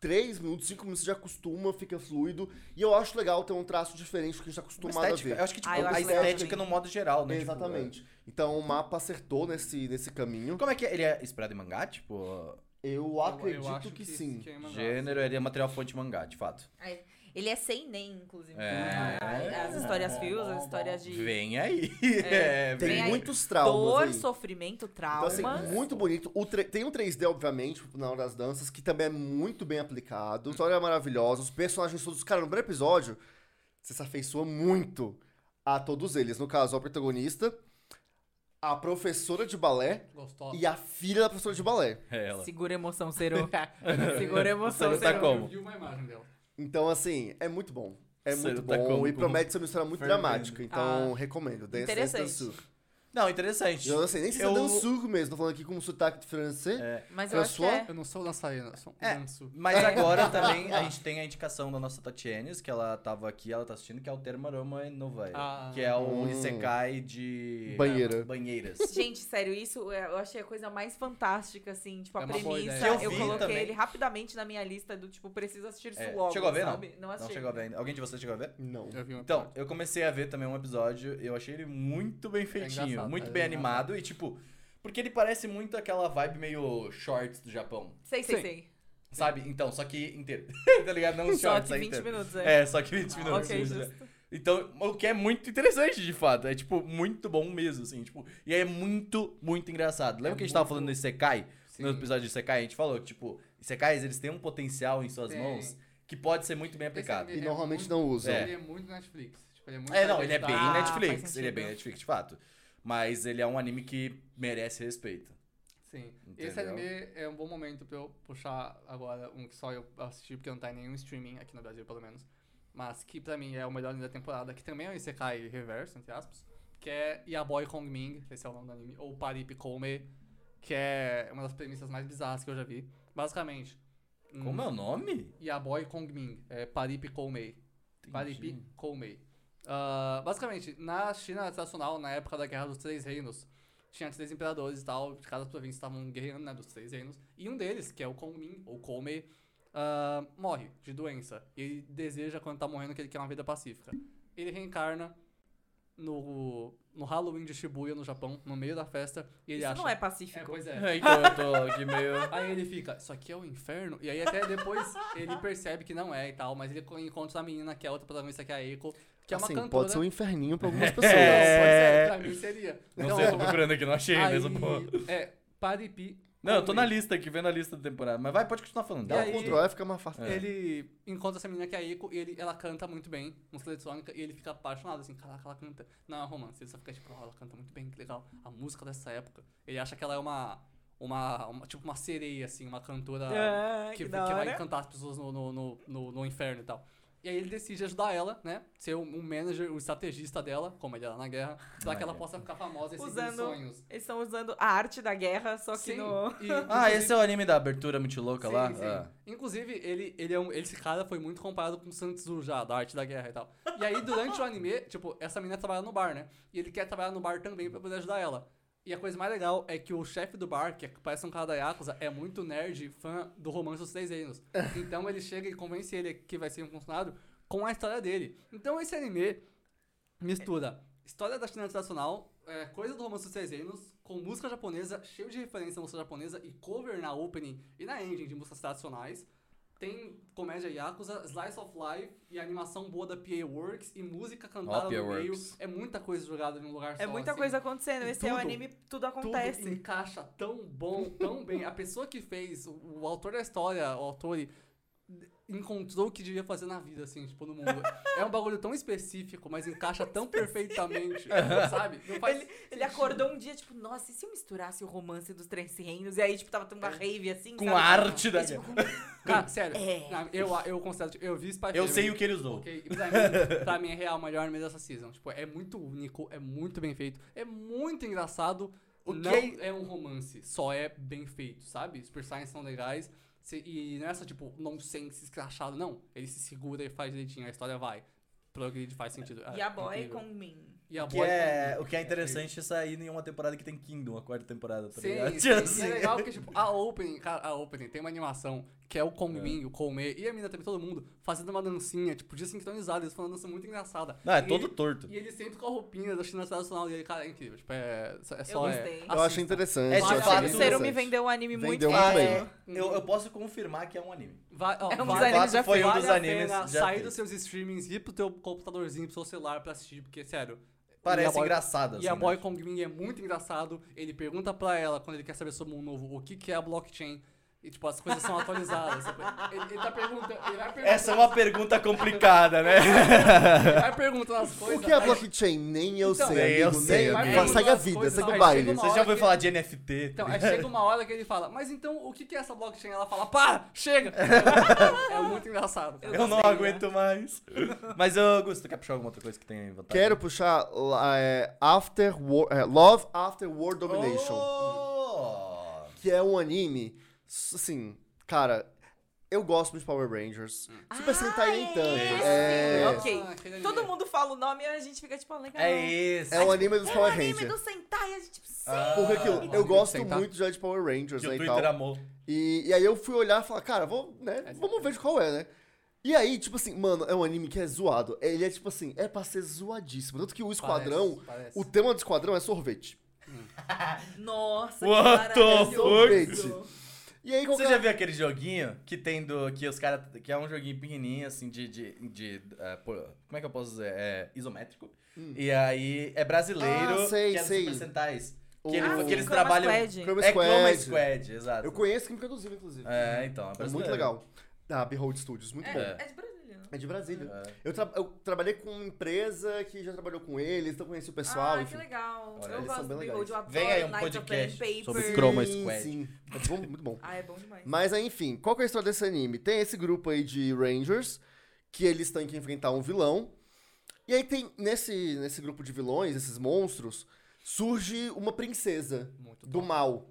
3 minutos, 5 minutos você já acostuma, fica fluido. E eu acho legal ter um traço diferente do que a gente tá Uma acostumado estética. a Eu ver. acho que tipo, Ah, eu a acho legal estética também. no modo geral, né? Tipo, Exatamente. Então o mapa acertou nesse, nesse caminho. como é que é? Ele é inspirado em mangá? Tipo, Eu Eu- eu acredito acho que, sim. que é uma gênero, ele é material fonte mangá, de fato. Ai, Ele é sem nem, inclusive. É. Ah, As histórias fios, as histórias de Vem aí. É, Tem vem aí. muitos dor, traumas. aí. sofrimento, Então, traumas. assim, muito bonito. O tre- Tem um 3D, obviamente, na hora das danças, que também é muito bem aplicado. A história é maravilhosa. Os personagens todos. Cara, no primeiro episódio, você se afeiçoa muito a todos eles. No caso, ao protagonista, a professora de balé Gostosa. e a filha da professora de balé. É ela. Segura a emoção, Ciro. Segura a emoção, Então, Ciro tá Ciro. como? Eu vi uma imagem dela. Então, assim, é muito bom. É Você muito tá bom como- e promete ser uma história muito fervendo. dramática. Então, recomendo. Dance, Dance, Interessante. Dansu. Não, interessante. Eu não sei, nem sei se Eu- é Dansu mesmo. Tô falando aqui como sotaque de francês. É, Mas eu acho que é. Eu não sou dançarina, eu sou um É. danço. Mas agora também a gente tem a indicação da nossa Tatianes, que ela tava aqui, ela tá assistindo, que é o Termarama Novae. Ah. que é o Hum. Isekai de ah, Banheira. banheiras. Gente, sério, isso é- eu achei a coisa mais fantástica, assim, tipo, a É uma boa premissa. ideia. Eu, Eu vi coloquei também. ele rapidamente na minha lista do tipo, preciso assistir isso É, logo. chegou a ver, não? sabe? Não, Não assisti. chegou a ver ainda. Alguém de vocês chegou a ver? Não. Eu vi uma Então, eu comecei a ver também um episódio, eu achei ele muito bem feitinho, engraçado, muito é bem engraçado. animado e tipo. Porque ele parece muito aquela vibe meio shorts do Japão. Sei, sei, Sim. sei. Sabe? Então, só que inteiro. tá ligado? Não os Só shorts que aí 20 inteiro. minutos, é. É, só que 20 minutos. ok, né? justo. Então, o que é muito interessante, de fato. É, tipo, muito bom mesmo, assim. Tipo, e é muito, muito engraçado. Lembra É que a gente tava muito- falando do Isekai? Sim. No episódio de Isekai, a gente falou que, tipo, Isekais, eles têm um potencial em suas Tem. mãos que pode ser muito bem aplicado. Esse E é normalmente muito- não usam. É. Ele é muito Netflix. Tipo, ele é muito É, não, ele é bem acreditado. Ah, Netflix. faz Ele é bem sentido. Netflix, de fato. Mas ele é um anime que merece respeito. Sim. Entendeu? Esse anime é um bom momento pra eu puxar agora um que só eu assisti, porque não tá em nenhum streaming aqui no Brasil, pelo menos. Mas que pra mim é o melhor anime da temporada, que também é um Isekai Reverso, entre aspas. Que é Yaboy Hongming, esse é o nome do anime, ou Parip Kome, que é uma das premissas mais bizarras que eu já vi. Basicamente. um Como é o nome? Yaboy Kongming, é Parip Koumei. Parip Entendi. Koumei. Ah, basicamente, na China tradicional, na época da Guerra dos Três Reinos, tinha três imperadores e tal, de cada província estavam guerreando, né, dos três reinos, e um deles, que é o Kongming, ou Koumei, ah, morre de doença. Ele deseja, quando tá morrendo, que ele quer uma vida pacífica. Ele reencarna no, no Halloween de Shibuya, no Japão, no meio da festa, e ele Isso acha... não é pacífico. pois é. É, então eu tô aqui meio. Aí ele fica, isso aqui é o inferno? E aí até depois ele percebe que não é e tal, mas ele co- encontra a menina, que é a outra protagonista, que é a Eiko, que é uma assim, cantora. pode ser um inferninho pra algumas Não, pessoas. É. Pois é, pra mim seria. Não Então, sei, eu tô procurando aqui, não achei aí, mesmo, pô. É, Paripi. Não, eu tô na lista aqui, vendo a lista da temporada. Mas vai, pode continuar falando. E Dá aí- um Ctrl F, fica mais fácil. É. Ele encontra essa menina que é a Eiko e ele, ela canta muito bem, música eletrônica, e ele fica apaixonado, assim, caraca, ela canta. Não é um romance, ele só fica tipo, "Oh, ela canta muito bem, que legal. A música dessa época. Ele acha que ela é uma. Uma, uma- tipo uma sereia, assim, uma cantora É. Ah, que, que que da vai hora. encantar as pessoas no, no, no, no- no inferno e tal. E aí ele decide ajudar ela, né? Ser um um manager, um estrategista dela, como ele era na guerra, pra Na que ela guerra. possa ficar famosa e seguir Usando- os sonhos. Eles estão usando a arte da guerra, só que Sim, no. e, Ah, inclusive- esse é o anime da abertura muito louca Sim, lá? sim. Ah. Inclusive, ele, ele é um, esse cara foi muito comparado com o Santzu já, da arte da guerra e tal. E aí, durante o anime, tipo, essa menina trabalha no bar, né? E ele quer trabalhar no bar também pra poder ajudar ela. E a coisa mais legal é que o chefe do bar, que é- parece um cara da Yakuza, é muito nerd, fã do romance dos três reinos. Então ele chega e convence ele que vai ser um funcionário com a história dele. Então esse anime mistura história da China tradicional, é, coisa do romance dos três reinos, com música japonesa, cheio de referência à música japonesa e cover na opening e na ending de músicas tradicionais. Tem comédia Yakuza, Slice of Life e animação boa da PA Works e música cantada Ó, no PA meio. Works. É muita coisa jogada em um lugar só. É muita assim. coisa acontecendo. E Esse é o tudo- anime, tudo Tudo acontece. encaixa tão bom, tão bem. A pessoa que fez, o, o autor da história, o autor, encontrou o que devia fazer na vida, assim, tipo, no mundo. É um bagulho tão específico, mas encaixa tão perfeitamente, sabe? Não faz Ele, ele acordou um dia, tipo, nossa, e se eu misturasse o romance dos três reinos? E aí, tipo, tava tendo É. uma rave assim. Com sabe? a arte da E, tipo, Cara, sério. É. Não, eu, eu considero. tipo, Eu vi Spy Eu Family, sei o que ele usou. Ok, e pra mim, pra mim é real o melhor anime dessa season. Tipo, é muito único, é muito bem feito, é muito engraçado. O não que é um romance, só é bem feito, sabe? Super Saiyans são legais. se- e não é só, tipo, nonsense escrachado, não. Ele se segura e faz direitinho, a história vai. Progride faz sentido. E a boy Ah, incrível. com Min. Yaboy Que é, com- o que é interessante é sair em uma temporada que tem Kingdom, a quarta temporada, tá Sim, ligado? sim. Tipo E é assim. legal porque, tipo, a opening, cara, a opening tem uma animação que é o Kongmin, o Koume e a mina também, todo mundo, fazendo uma dancinha, tipo, desincronizada, eles fazem uma dança muito engraçada. Não, é E todo ele- torto. E ele sempre com a roupinha da China Tradicional e ele, cara, é incrível. Tipo, é, é só. gostei. É, Eu Eu acho assista. interessante. É, eu acho de fato, Olha, o Cero interessante. me vendeu um anime muito Vendeu muito caro. bem. Uhum. Eu, eu posso confirmar que é um anime. Vai, ó, É vai- um dos animes Fato já foi feitos. um Vale dos a animes pena já sair feitos. dos seus streamings, ir pro teu computadorzinho, pro seu celular pra assistir, porque, sério. Parece Yaboy- engraçado, assim, E a né? Boy Kong Ming é muito engraçado. Ele pergunta pra ela, quando ele quer saber sobre um novo, o que, que é a blockchain. E, tipo, as coisas são atualizadas. Ele, ele tá perguntando. Ele vai perguntando, Essa é uma pergunta complicada, né? é ele vai perguntando as coisas. O que é aí- blockchain? Nem eu Então, sei, nem eu amigo, sei, nem amigo. eu Segue a Algumas vida, coisas, segue aí o chega baile. uma Você já hora ouviu que- falar de NFT? Então, aí chega uma hora que ele fala, mas então o que, que é essa blockchain? Ela fala, para, chega! é muito engraçado. cara. Eu não gostei, aguento mais. Mas, Augusto, quer puxar alguma outra coisa que tem em vantagem? Quero puxar lá, é, After War, é, Love After War Domination. Oh! que é um anime, s- assim, cara, eu gosto muito de Power Rangers. Super Ah, Sentai nem é tanto. esse. É, Ah, Ok. aquele ali. Todo mundo fala o nome e a gente fica tipo, ah, legal. um É esse. é o anime dos É o Power anime Rangers. do Sentai, a gente precisa. Ah, Porque aquilo, eu do gosto Sentai. muito já de Power Rangers, que né, o e Twitter tal. amou. E, e aí eu fui olhar e falar, cara, vou, né, vamos ver de qual é, né? E aí, tipo assim, mano, é um anime que é zoado. Ele é tipo assim, é pra ser zoadíssimo. Tanto que o esquadrão, Parece, parece. o tema do esquadrão é sorvete. Nossa, What que é the maravilhoso. Ah, E aí, Você qualquer... já viu aquele joguinho que tem do. que os caras. que é um joguinho pequenininho, assim, de. de, de eh, pô, como é que eu posso dizer? É, isométrico. E aí é brasileiro. Hum. Ah, sei, que é dos sei. Super Sentais. Que, O- ele- Ah, que eles Chroma trabalham. Squad. Chroma É Chroma Squad. Squad, exato. Eu conheço quem produziu, inclusive. É, então. É muito brasileiro. legal. Da Behold Studios, muito É, bom. é de brasileiro. É de Brasília. É. Eu, tra- eu trabalhei com uma empresa que já trabalhou com eles, então conheci o pessoal. ah, enfim. que legal. Olha, eu eles são gosto bem do legais. Behold, eu adoro Vem aí um Knights of podcast Pen sobre Paper. Chroma Squad. Sim, muito bom, muito bom. Ah, é bom demais. Mas aí, enfim, qual que é a história desse anime? Tem esse grupo aí de Rangers, que eles têm que enfrentar um vilão. E aí tem, nesse, nesse grupo de vilões, esses monstros, surge uma princesa Muito do top. mal.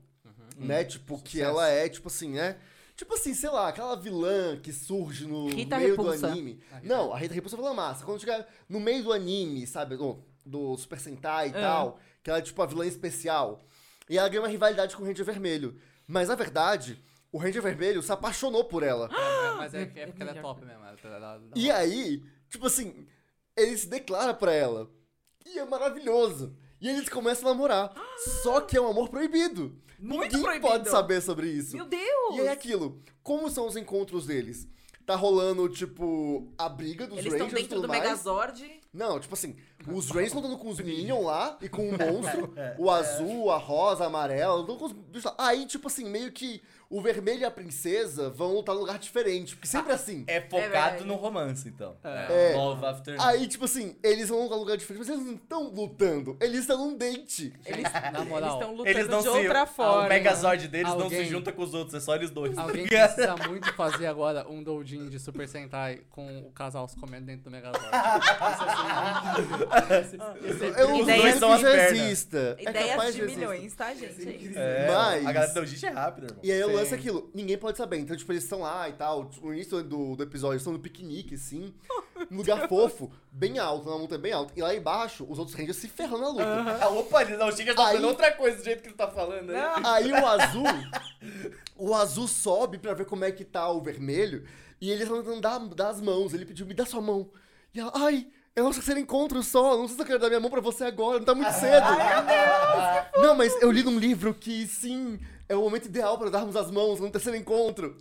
Né? Tipo, que ela é, tipo assim, né? Tipo assim, sei lá, aquela vilã que surge no Rita meio do Repulsa. anime. Não, a Rita Repulsa é vilã massa. Quando chegar no meio do anime, sabe? Do, do Super Sentai e tal, que ela é tipo a vilã especial. E ela ganha uma rivalidade com o Ranger Vermelho. Mas na verdade, o Ranger Vermelho se apaixonou por ela. É, mas é, é É porque ela é melhor. top mesmo. ela- ela- ela- E aí, tipo assim, ele se declara pra ela. E é maravilhoso. E eles começam a namorar. Só que é um amor proibido. Muito Ninguém proibido. pode saber sobre isso. Meu Deus! E é aquilo. Como são os encontros deles? Tá rolando, tipo, a briga dos Eles estão Rangers e dentro tudo do mais. Megazord. Não, tipo assim, os Rangers lutando com os Minion lá e com o É. monstro. o azul, a rosa, a amarela, lutando com os bichos lá. Aí, tipo assim, meio que o vermelho e a princesa vão lutar num lugar diferente. Porque sempre assim. É focado verdade. no romance, então. É. É. Love After. Aí, tipo assim, eles vão lutar num lugar diferente, mas eles não estão lutando. Eles estão num date. Eles Na eles moral, estão lutando Eles não de se. ah, outra forma. O Megazord deles não Alguém- se junta com os outros, é só eles dois. Alguém precisa muito fazer agora um doujin de Super Sentai com o casal se comendo dentro do Megazord. Isso é assim, esse- esse é Eu não Ideias- duvido são um que as já pernas. exista. É Ideias capaz de exista. milhões, tá, gente? É, Mas- A galera do Dojit é rápida, irmão. E aí eu Sim. lanço aquilo, ninguém pode saber. Então, tipo, eles estão lá e tal. tipo, No início do, do episódio, eles estão no piquenique, assim. Oh, num lugar fofo, bem alto, na montanha bem alta. E lá embaixo, os outros rangers se ferram na luta. Ah, opa, ele não chega tá Aí- fazendo outra coisa do jeito que ele tá falando. né? Não. Aí o azul. O azul sobe pra ver como é que tá o vermelho. E eles estão tentando dar, dar as mãos. Ele pediu, me dá sua mão. E ela, ai, é nosso terceiro encontro só. Não sei se eu quero dar minha mão pra você agora, não tá muito cedo. Não, mas eu li num livro que sim, é o momento ideal pra darmos as mãos no terceiro encontro.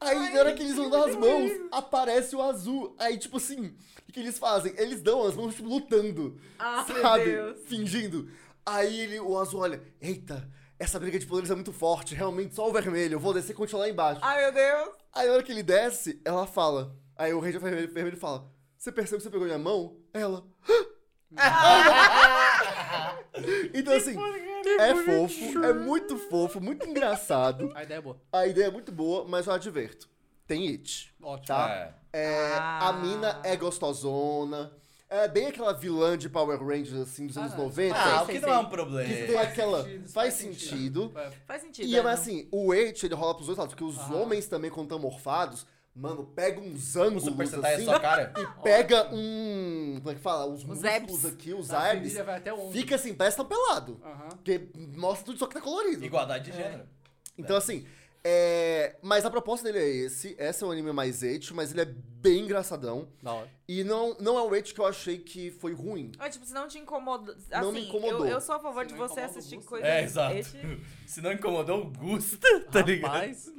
Aí, na hora que eles vão dar as mãos, aparece o azul. Aí, tipo assim, o que eles fazem? Eles dão as mãos, tipo, lutando. Ah, meu sabe? Deus. Fingindo. Aí ele, o azul olha, eita, essa briga de poderes é muito forte, realmente só o vermelho, eu vou descer e continuar lá embaixo. Ai, Ah, meu Deus! Aí na hora que ele desce, ela fala. Aí o Ranger vermelho, vermelho fala: Você percebeu que você pegou minha mão? Ela. "Ah!" então assim, é fofo, é muito fofo, muito engraçado. A ideia é boa. A ideia é muito boa, mas eu adverto. Tem it. Ótimo. Tá. É. É, A Ah. mina é gostosona. Ela é bem aquela vilã de Power Rangers, assim, dos Ah, anos não. 90. Ah, sei, o que sei, não sei. é um problema. que tem aquela. sentido, faz sentido. É. Faz sentido. E é, é, mas não. assim, o weight ele rola pros dois lados, porque os Aham. homens também, quando estão morfados, mano, pega uns O ângulos Super assim, Sentai é só cara. e pega um. Como é que fala? Os, músculos abs. aqui, os A é abs. virilha vai até onde? Fica assim, parece que tá pelado. Aham. Porque mostra tudo, só que tá colorido. Igualdade de gênero. Então, assim, é... Mas a proposta dele é esse. Esse é um anime mais eit, mas ele é bem engraçadão. Da hora. E não, não é um eit que eu achei que foi ruim. Ah, tipo, se não te incomodou. Assim, Não me incomodou. Eu, eu sou a favor Se de não você incomoda o assistir gosto. coisas. É, exato. este- Se não incomodou, gusta, tá ligado? Rapaz.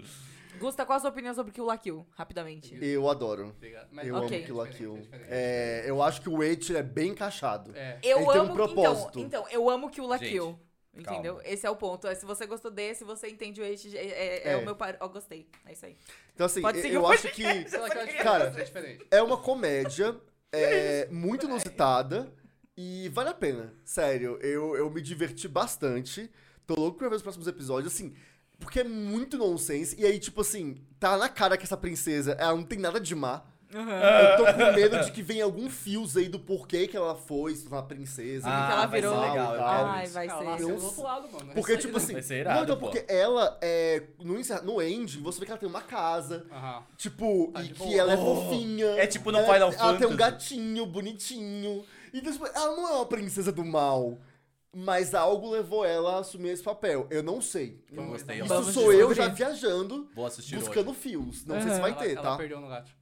Gusta, qual a sua opinião sobre Kill la Kill? Rapidamente. Eu adoro. Obrigado. Mas- Eu Ok. amo Kill la Kill. É diferente, é É, eu acho que o eit é bem encaixado. diferente. É. Eu Ele tem um amo. propósito. Então, então, eu amo Kill la Gente, Kill. Entendeu? calma. Esse é o ponto. É, Se você gostou desse, você entende o este. É, é- é É. o meu par... Eu gostei. É isso aí. Então, assim, Pode eu, seguir eu o acho que Sei lá que eu acho que Cara. é diferente. é uma comédia é, muito inusitada e vale a pena. Sério, eu, eu me diverti bastante. Tô louco pra ver os próximos episódios, assim, porque é muito nonsense. E aí, tipo assim, tá na cara que essa princesa, ela não tem nada de má. Eu tô com medo de que venha algum fios aí do porquê que ela foi se tornar princesa. Ah, que ela vai ser virou. legal, eu quero Ai, isso. vai Ela ser. nasceu Eu- do outro lado, mano. Porque, Isso aí tipo não- assim. Vai ser irado, não, então, pô. porque ela é. No, encerra- no ending, você vê que ela tem uma casa. Aham. Tipo, Ah, e de que boa. ela é Oh, fofinha. é tipo no ela, Final ela tem um Fantasy. gatinho bonitinho. Então, tipo, ela não é uma princesa do mal. Mas algo levou ela a assumir esse papel. Eu não sei. Eu gostei. Isso Vamos sou eu descobrir. já viajando, Vou assistir hoje. buscando fios. Não sei se vai Ela- ter, Ela tá? perdeu no gato.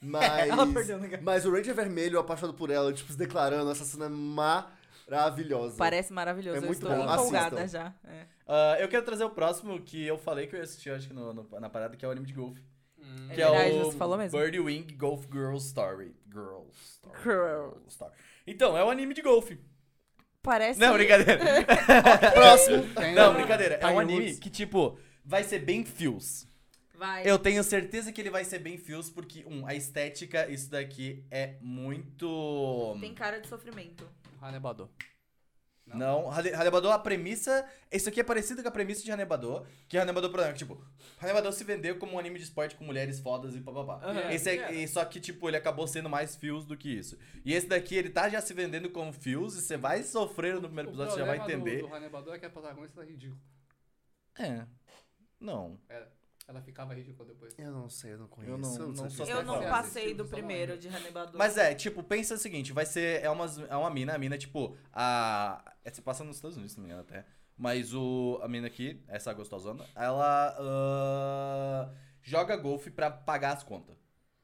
Mas. Ela perdeu, né, cara? Mas o Ranger Vermelho, apaixonado por ela, tipo, se declarando, essa cena é maravilhosa. Parece maravilhoso. É eu muito estou bom, empolgada assistam. já. É. Ah, eu quero trazer o próximo que eu falei que eu ia assistir, acho que no- no- na parada, que é o anime de golfe. Hum. É Que é, verdade, o você falou mesmo. Birdie Wing Golf Girl Story. Girl Story. Girl. Girl Story. Então, é um anime de golfe. Parece. Não, brincadeira. Próximo! Tem- Não, brincadeira. É um Tiger anime Woods. que, tipo, vai ser bem fios. Vai. Eu tenho certeza que ele vai ser bem fios, porque, um, a estética, isso daqui é muito. Tem cara de sofrimento. Hanebador. Não, Hale- Hanebadô, a premissa. Isso aqui é parecido com a premissa de Hanebadô, que Hanebadô, por exemplo, tipo, Hanebadô se vendeu como um anime de esporte com mulheres fodas e papapá. Aham. Esse é, Yeah. e Só que, tipo, ele acabou sendo mais fios do que isso. E esse daqui, ele tá já se vendendo como fios, e você vai sofrer no primeiro episódio, você já vai entender. O problema do- do Hanebador é que a protagonista tá ridícula. É. Não. Ela ficava ridícula depois. Eu não sei, eu não conheço. Eu não- não sei sou o que é. Eu Você não assistiu, passei do você não primeiro lembra. de Hannibal Mas é, tipo, pensa o seguinte, vai ser. É uma, é uma mina, a mina, tipo, a. É, se passa nos Estados Unidos, se não me engano, até. Mas o. A mina aqui, essa gostosona, ela. ah, joga golfe pra pagar as contas.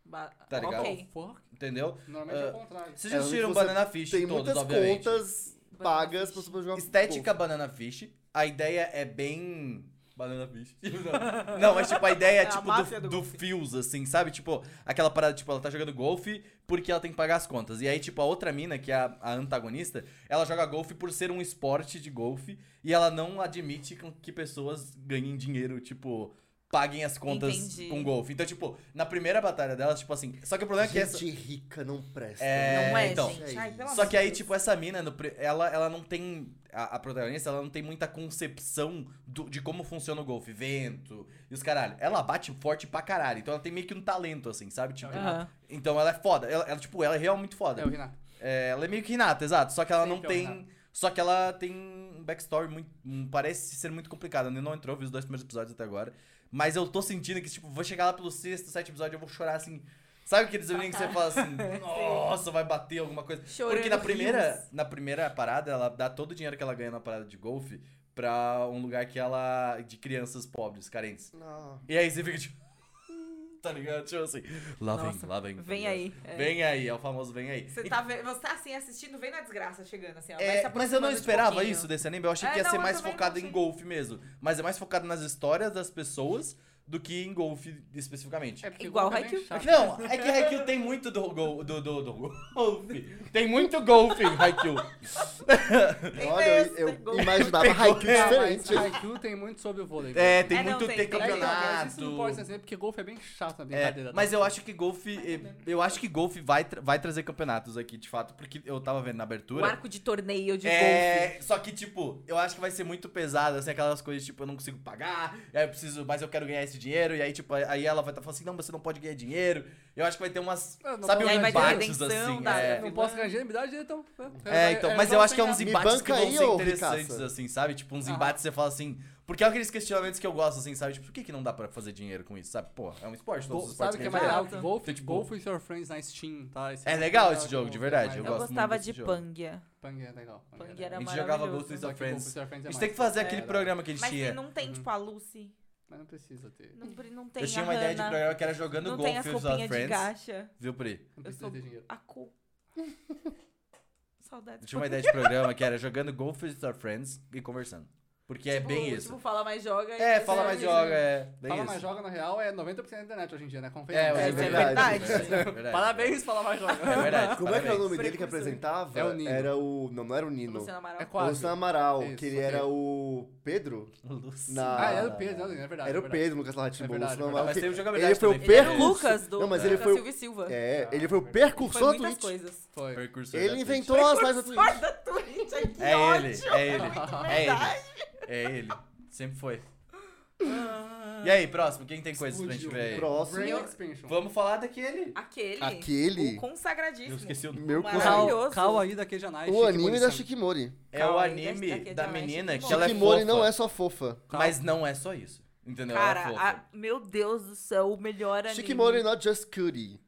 Ba- Tá ligado? Ok. Fuck. Entendeu? Normalmente é Ah, o contrário. Vocês já É, onde assistiram você Banana Fish Tem todos, muitas obviamente. contas pagas pra você jogar Estética Banana Fish. A ideia é bem. Banana Fish. Não, Não, mas tipo, a ideia é, É a tipo máfia do, do do golfe. Fios, assim, sabe? Tipo, aquela parada, tipo, ela tá jogando golfe porque ela tem que pagar as contas. E aí, tipo, a outra mina, que é a, a antagonista, ela joga golfe por ser um esporte de golfe e ela não admite com que pessoas ganhem dinheiro, tipo. Paguem as contas Entendi. com golfe. Então, tipo, na primeira batalha dela, tipo assim. Só que o problema é que Gente essa. rica não presta. né? É, Não é, então. gente. Ai, pelo Só amor que de aí, Deus. tipo, essa mina, no pri- ela, ela não tem. A, a protagonista, ela não tem muita concepção do- de como funciona o golfe. Vento e os caralho. Ela bate forte pra caralho. Então ela tem meio que um talento, assim, sabe? Tipo, Aham. Então ela é foda. Ela, ela, tipo, ela é realmente foda. É o Renato. É, ela é meio que Renata, exato. Só que ela não Sempre é o tem. Renata. Só que ela tem um backstory muito. um- parece ser muito complicado. Ainda não entrou, vi os dois primeiros episódios até agora. Mas eu tô sentindo que, tipo, vou chegar lá pelo sexto, sétimo episódio, eu vou chorar assim. Sabe aqueles amigos que você fala assim, nossa, vai bater alguma coisa? Chorando Porque na rios. primeira, na primeira parada, ela dá todo o dinheiro que ela ganha na parada de golfe pra um lugar que ela. de crianças pobres, carentes. Não. E aí você fica tipo. tá ligado? Tipo assim. Lá vem, Nossa, lá vem. tá Vem ligado? aí. É. Vem aí, é o famoso vem aí. Você E- tá, ve- você tá assim assistindo, vem na desgraça chegando assim, ó. vai é, se mas eu não aproximando de esperava pouquinho. isso desse anime. Eu achei É, que ia não, ser eu mais também focado não em achei. golfe mesmo. Mas é mais focado nas histórias das pessoas do que em golfe especificamente. É porque Igual o Goku é meio Haikyuu. chato. Não, é que Haikyuu tem muito do, gol, do, do, do golfe. Tem muito golfe em Haikyuu. Tem Olha, esse, eu, eu tem gol. imaginava Haikyuu Não, É, mas diferente. Haikyuu tem muito sobre o vôlei. É, velho. tem É, não, muito tem- ter tem Então, isso não pode campeonato. ser assim, porque golfe é bem chato na brincadeira. tá? tá É, mas eu acho que golfe. Eu acho que golfe vai, tra- vai trazer campeonatos aqui, de fato, porque eu tava vendo na O abertura. arco de torneio de golfe. É, só que, tipo, eu acho que vai ser muito pesado, assim, aquelas coisas, tipo, eu não consigo pagar, aí eu preciso, mas eu quero ganhar esse dinheiro, e aí, tipo, aí ela vai estar falando assim, não, você não pode ganhar dinheiro. Eu acho que vai ter umas. Não, não sabe, pode. uns E aí vai ter embates, redenção assim. da- é. tá? Não posso ganhar dinheiro, me dá dinheiro, então. É, então, mas eu acho que é uns Me embates que banca vão aí, ser ô interessantes, ricaça. assim, sabe? Tipo, uns Aham. embates você fala assim. Porque é aqueles questionamentos que eu gosto, assim, sabe? Tipo, por que, que não dá pra fazer dinheiro com isso, sabe? Pô, é um esporte, todos os esportes Sabe o que é ganham dinheiro. mais legal? Então, Golf, tipo- Golf with your friends na Steam, tá? Esse É muito legal esse que jogo, eu- de verdade, eu Eu, Mas- gosto gostava muito de desse jogo. Pangia. Pang é legal. Pang Pangia era A gente jogava maravilhoso. Ghost with Só a que Golf Friends. with your friends é A gente mais- tem que fazer aquele é, programa que a gente Mas tinha. Uhum. você não tem, tipo, a Lucy. Mas não precisa ter. Não, pre- não tem Eu tinha a uma ideia de Hannah, programa que era jogando Não golfe tem as with our roupinhas de friends. gacha. Viu, Pri? Não Eu precisa sou ter dinheiro. a cu. Saudades. Eu tinha uma ideia de programa que era jogando golfe with our friends e conversando. Porque é Tipo, bem tipo, isso. fala mais joga. e É, você fala vai mais dizer- joga, é. Bem Fala isso. mais joga, na real, é 90% da internet hoje em dia, né? É, Convenhamos. é, É, verdade. isso é verdade. verdade. é verdade. Parabéns, Fala Mais Joga. É verdade. Como é que era o nome parabéns. dele que Precursor. apresentava? É o Nino. Era o. Não, não era o Nino. Luciana Amaral. É O quase. Luciano Amaral, Isso, que ele ok. era o Pedro? Lúcio. Na- Ah, era o Pedro, né? É verdade. Era é o verdade. Pedro, Lucas Larratim É verdade, é Mas tem o jogabilidade Ele foi o também, que Ele era é o isso. Lucas do Não, mas ele da foi o- Silvia e Silva. É, ele foi o precursor foi do muitas Twitch. coisas. Foi. Precursor da Ele Twitch. inventou as mais assim. da Twitch. Precursor da Twitch. Ai, que É ódio. ele, é ele, muito é ele. verdade. É ele. Sempre foi. E aí, próximo, quem tem coisas pra gente Explodiu. ver aí? Pro- Próximo. Brain Expansion. Vamos falar daquele. Aquele. Aquele. O consagradíssimo. Eu esqueci o nome. Meu Mas- cuzão. Maravilhoso. Cal aí da Keijanai. O anime da Shikimori. É o Calma aí, anime daqui é da demais, menina que Shikimori. ela é Shikimori fofa. não é só fofa. Mas não é só isso. Entendeu? Cara, ela é a- fofa. meu Deus do céu, o melhor anime. Shikimori not just cutie.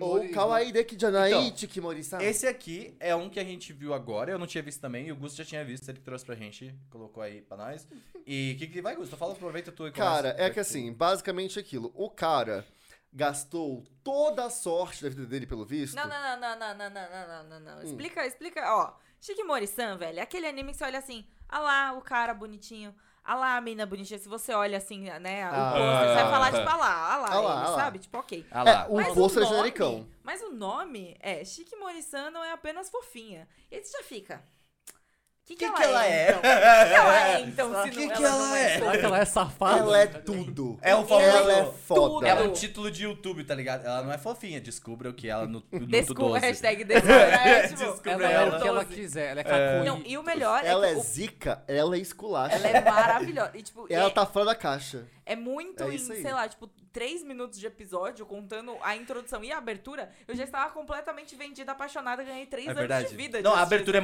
Ou Kawaii Deki Janai Então, Shikimori, sabe? Esse aqui é um que a gente viu agora, eu não tinha visto também, e o Gusto já tinha visto, ele que trouxe pra gente, colocou aí pra nós. E o que, que vai, Gusto? Fala, aproveita tu e Cara, começa. é que assim, basicamente aquilo. O cara gastou toda a sorte da vida dele, pelo visto. Não, não, não, não, não, não, não, não, não, Hum. não. Explica, explica, ó. Shikimori-san, velho, é aquele anime que você olha assim, ah lá, o cara bonitinho, ah lá, a mina bonitinha. Se você olha assim, né, o Ah, pôster, você ah, vai falar, tá. tipo, ah lá, ah lá, Ah lá, ele", ah lá. sabe? Tipo, ok. Ah É, lá. o Mas pôster é nome- genericão. Mas o nome é Shikimori-san não é apenas fofinha. E aí você já fica. O que, Que que, que ela é? então? O que ela é, então? se Que não- que não ela é? fofa? Será que ela é safada? Ela é tudo. É o famoso- Ela é foda. Ela é um Não. título de YouTube, tá ligado? Ela não é fofinha, descubra o que é ela no, no Desculpa, 12. hashtag descubra. É, tipo, Descubra Ela é o que ela 12. quiser. Ela é Kakui. Não, e o melhor Ela é é que o- zica, ela é esculacha. ela é maravilhosa. E, tipo, Ela é- tá fora da caixa. É muito É em, isso aí. sei lá, tipo, três minutos de episódio, contando a introdução e a abertura, eu já estava completamente vendida, apaixonada, ganhei três É anos verdade. de vida. não, de a assistir abertura é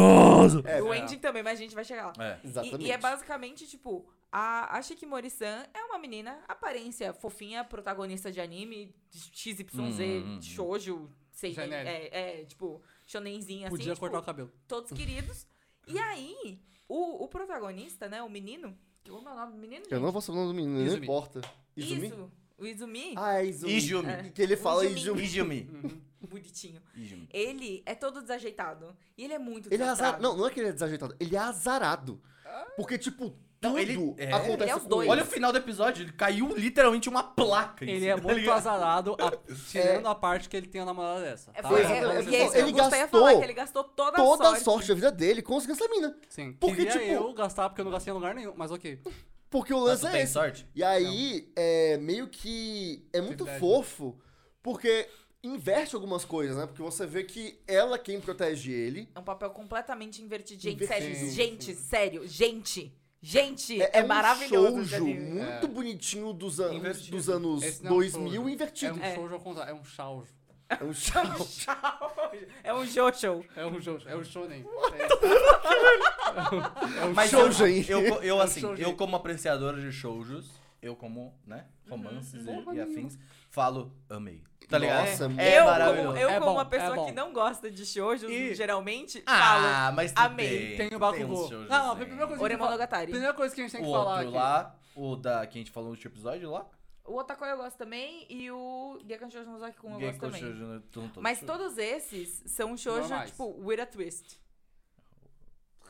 maravilhosa! isso. O É. ending também, mas a gente vai chegar lá. É. Exatamente. E, e é basicamente, tipo, a, a Shikimori-san é uma menina, aparência fofinha, protagonista de anime, de XYZ, Hum. shoujo, sei Genérico. é, é, tipo, shonenzinha, assim. Podia tipo, cortar o cabelo. todos queridos. E aí, o, o protagonista, né, o menino, como é o nome do menino? Eu gente? não vou saber o nome do menino, não Izumi. importa. Izumi? Isso, o Izumi, Ah, é Izumi. Izumi. É. Que ele fala Izumi. Izumi. Izumi. bonitinho. Izumi. Ele é todo desajeitado. E ele é muito Ele é desastrado. azarado. Não, não é que ele é desajeitado. Ele é azarado. Porque, tipo, tudo Não, ele- é. acontece Ah. Ele é os com dois. Olha o final do episódio, ele caiu literalmente uma placa. em Ele cima, é tá muito ligado? azarado, a- É. tirando a parte que ele tem a namorada dessa. É, tá? foi, Tá, é, e tá, é isso que eu ele gostaria de gastou falar, que ele gastou toda, Toda a a sorte da vida dele conseguiu essa mina. Sim. Porque, Queria tipo- eu gastar porque eu não gastei em lugar nenhum, mas ok. Porque o Mas Tá, lance tu é tem esse. sorte? E aí, é meio que. É muito Atividade. né? fofo, porque inverte algumas coisas, né? Porque você vê que ela quem protege ele. É um papel completamente invertido. Gente, sério, Invertido. Sim, gente, sério, gente, gente, é, um maravilhoso. esse shoujo anime. muito bonitinho dos, an É. Invertido. dos anos Esse não é um 2000 né? shoujo. É invertido. um É. shoujo ao contrário, é um shoujo. É um shoujo. É um shoujo. É um shoujo, é um shonen. Mas Shoujo, eu, hein? eu, eu, assim, Shoujo. eu como apreciadora de shoujos, eu como, né, Uhum, romances e- e, afins, falo, amei. Tá ligado? Nossa, é, mano. é eu, maravilhoso. como, eu É como bom, uma pessoa é bom. que não gosta de shoujo, E- geralmente, Ah, mas tu tem. amei. Tem o tem uns Bakugou. shoujos, Não, não, a hein. primeira coisa, falo que a gente fala- Oremonogatari. primeira coisa que a gente tem O que falar outro aqui. lá, o da que a gente falou no último episódio lá. O Otakoi eu gosto também e o Gekan Shoujo Um, Nozaki-kun eu Gay gosto com também. shoujo, né, tu não tá- Mas todos esses são shoujo, Normais. tipo, with a twist.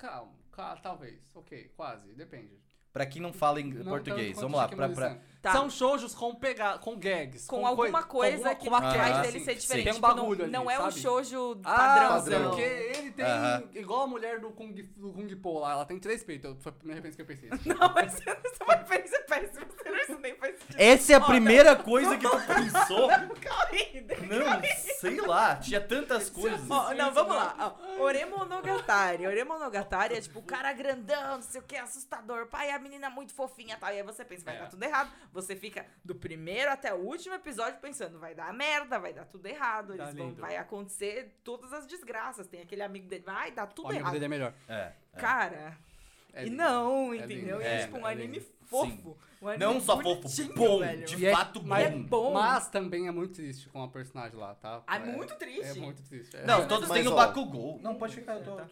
Calma, ca- talvez. Ok, quase, depende. Pra quem não fala em Não português, tanto vamos lá. quanto Pra, pra... Shikimori-san. Tá. São shoujos com, pega... com gags. com alguma coisa com que uma faz quebra, dele assim. ser assim. diferente. Tem um Tipo, não- bagulho ali, não, é um sabe? shojo Ah, padrãozão. porque ele tem. Aham. Igual a mulher do Kung, do Kung Po lá, ela tem três peitos. Foi a primeira vez que eu pensei. isso. Não, mas essa é uma referência péssima. Isso nem faz sentido. Essa é a Ó, primeira coisa que tu pensou? Não, calma É. aí. Não, sei lá. Tinha tantas coisas. Ó, não, vamos lá. ó. Oremonogatari. Oremonogatari é tipo o cara grandão, não sei o que, assustador. Pai, a menina muito fofinha e tal. E aí você pensa, vai É. dar tudo errado. Você fica do primeiro até o último episódio pensando, vai dar merda, vai dar tudo errado. Dá Eles vão, lindo. vai acontecer todas as desgraças. Tem aquele amigo dele, vai dar O tudo amigo errado. dele é melhor. É. Cara, É e lindo. não, É entendeu? lindo. E é, É, tipo um é anime lindo. fofo. Um anime Não só fofo, bonitinho, bom, velho. de E é- fato bom. mas é bom. Mas também é muito triste com a personagem lá, tá? Ah, é muito triste. É muito triste. é. Não, todos Mas, têm o ó, Bakugou. Não, pode ficar. Eu tô... Tá.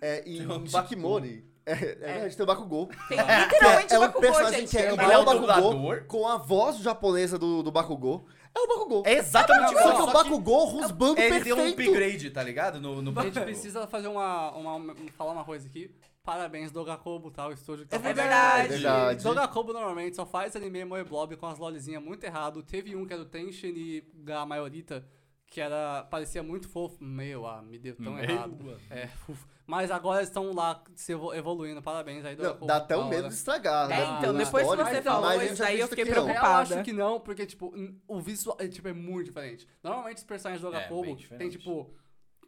É, e Tem um o em Shikimori, é, é, verdade, tem o Bakugou. Tem literalmente é, é um Bakugou, personagem gente. que é é igual ao Ele é o Bakugou, dublador. com a voz japonesa do, do Bakugou. É o Bakugou. É exatamente só igual. que o Bakugou rusbando ele deu perfeito. um upgrade, tá ligado? No, no A gente Bakugou. precisa fazer uma, uma, um- falar uma coisa aqui. Parabéns, Dogakobo, tá? O estúdio que tá É fazendo. verdade. É verdade. Dogakobo normalmente só faz anime moe blob com as lolzinhas muito errado. Teve um que era o Tenshin e Ga Maiorita, que era, parecia muito fofo. Meu, ah, me deu tão Meu, errado. É, uf. Mas agora eles estão lá se evo- evoluindo. Parabéns aí, Não, Dogakobo. dá até da um medo hora. de estragar. É, né, então, a depois que história, você mas falou mas eu isso já daí, eu visto fiquei que não. Eu preocupada. acho que não, porque, tipo, n- o visual é, tipo, é muito diferente. Normalmente os personagens do É, Agapobo bem tem, diferente. tipo,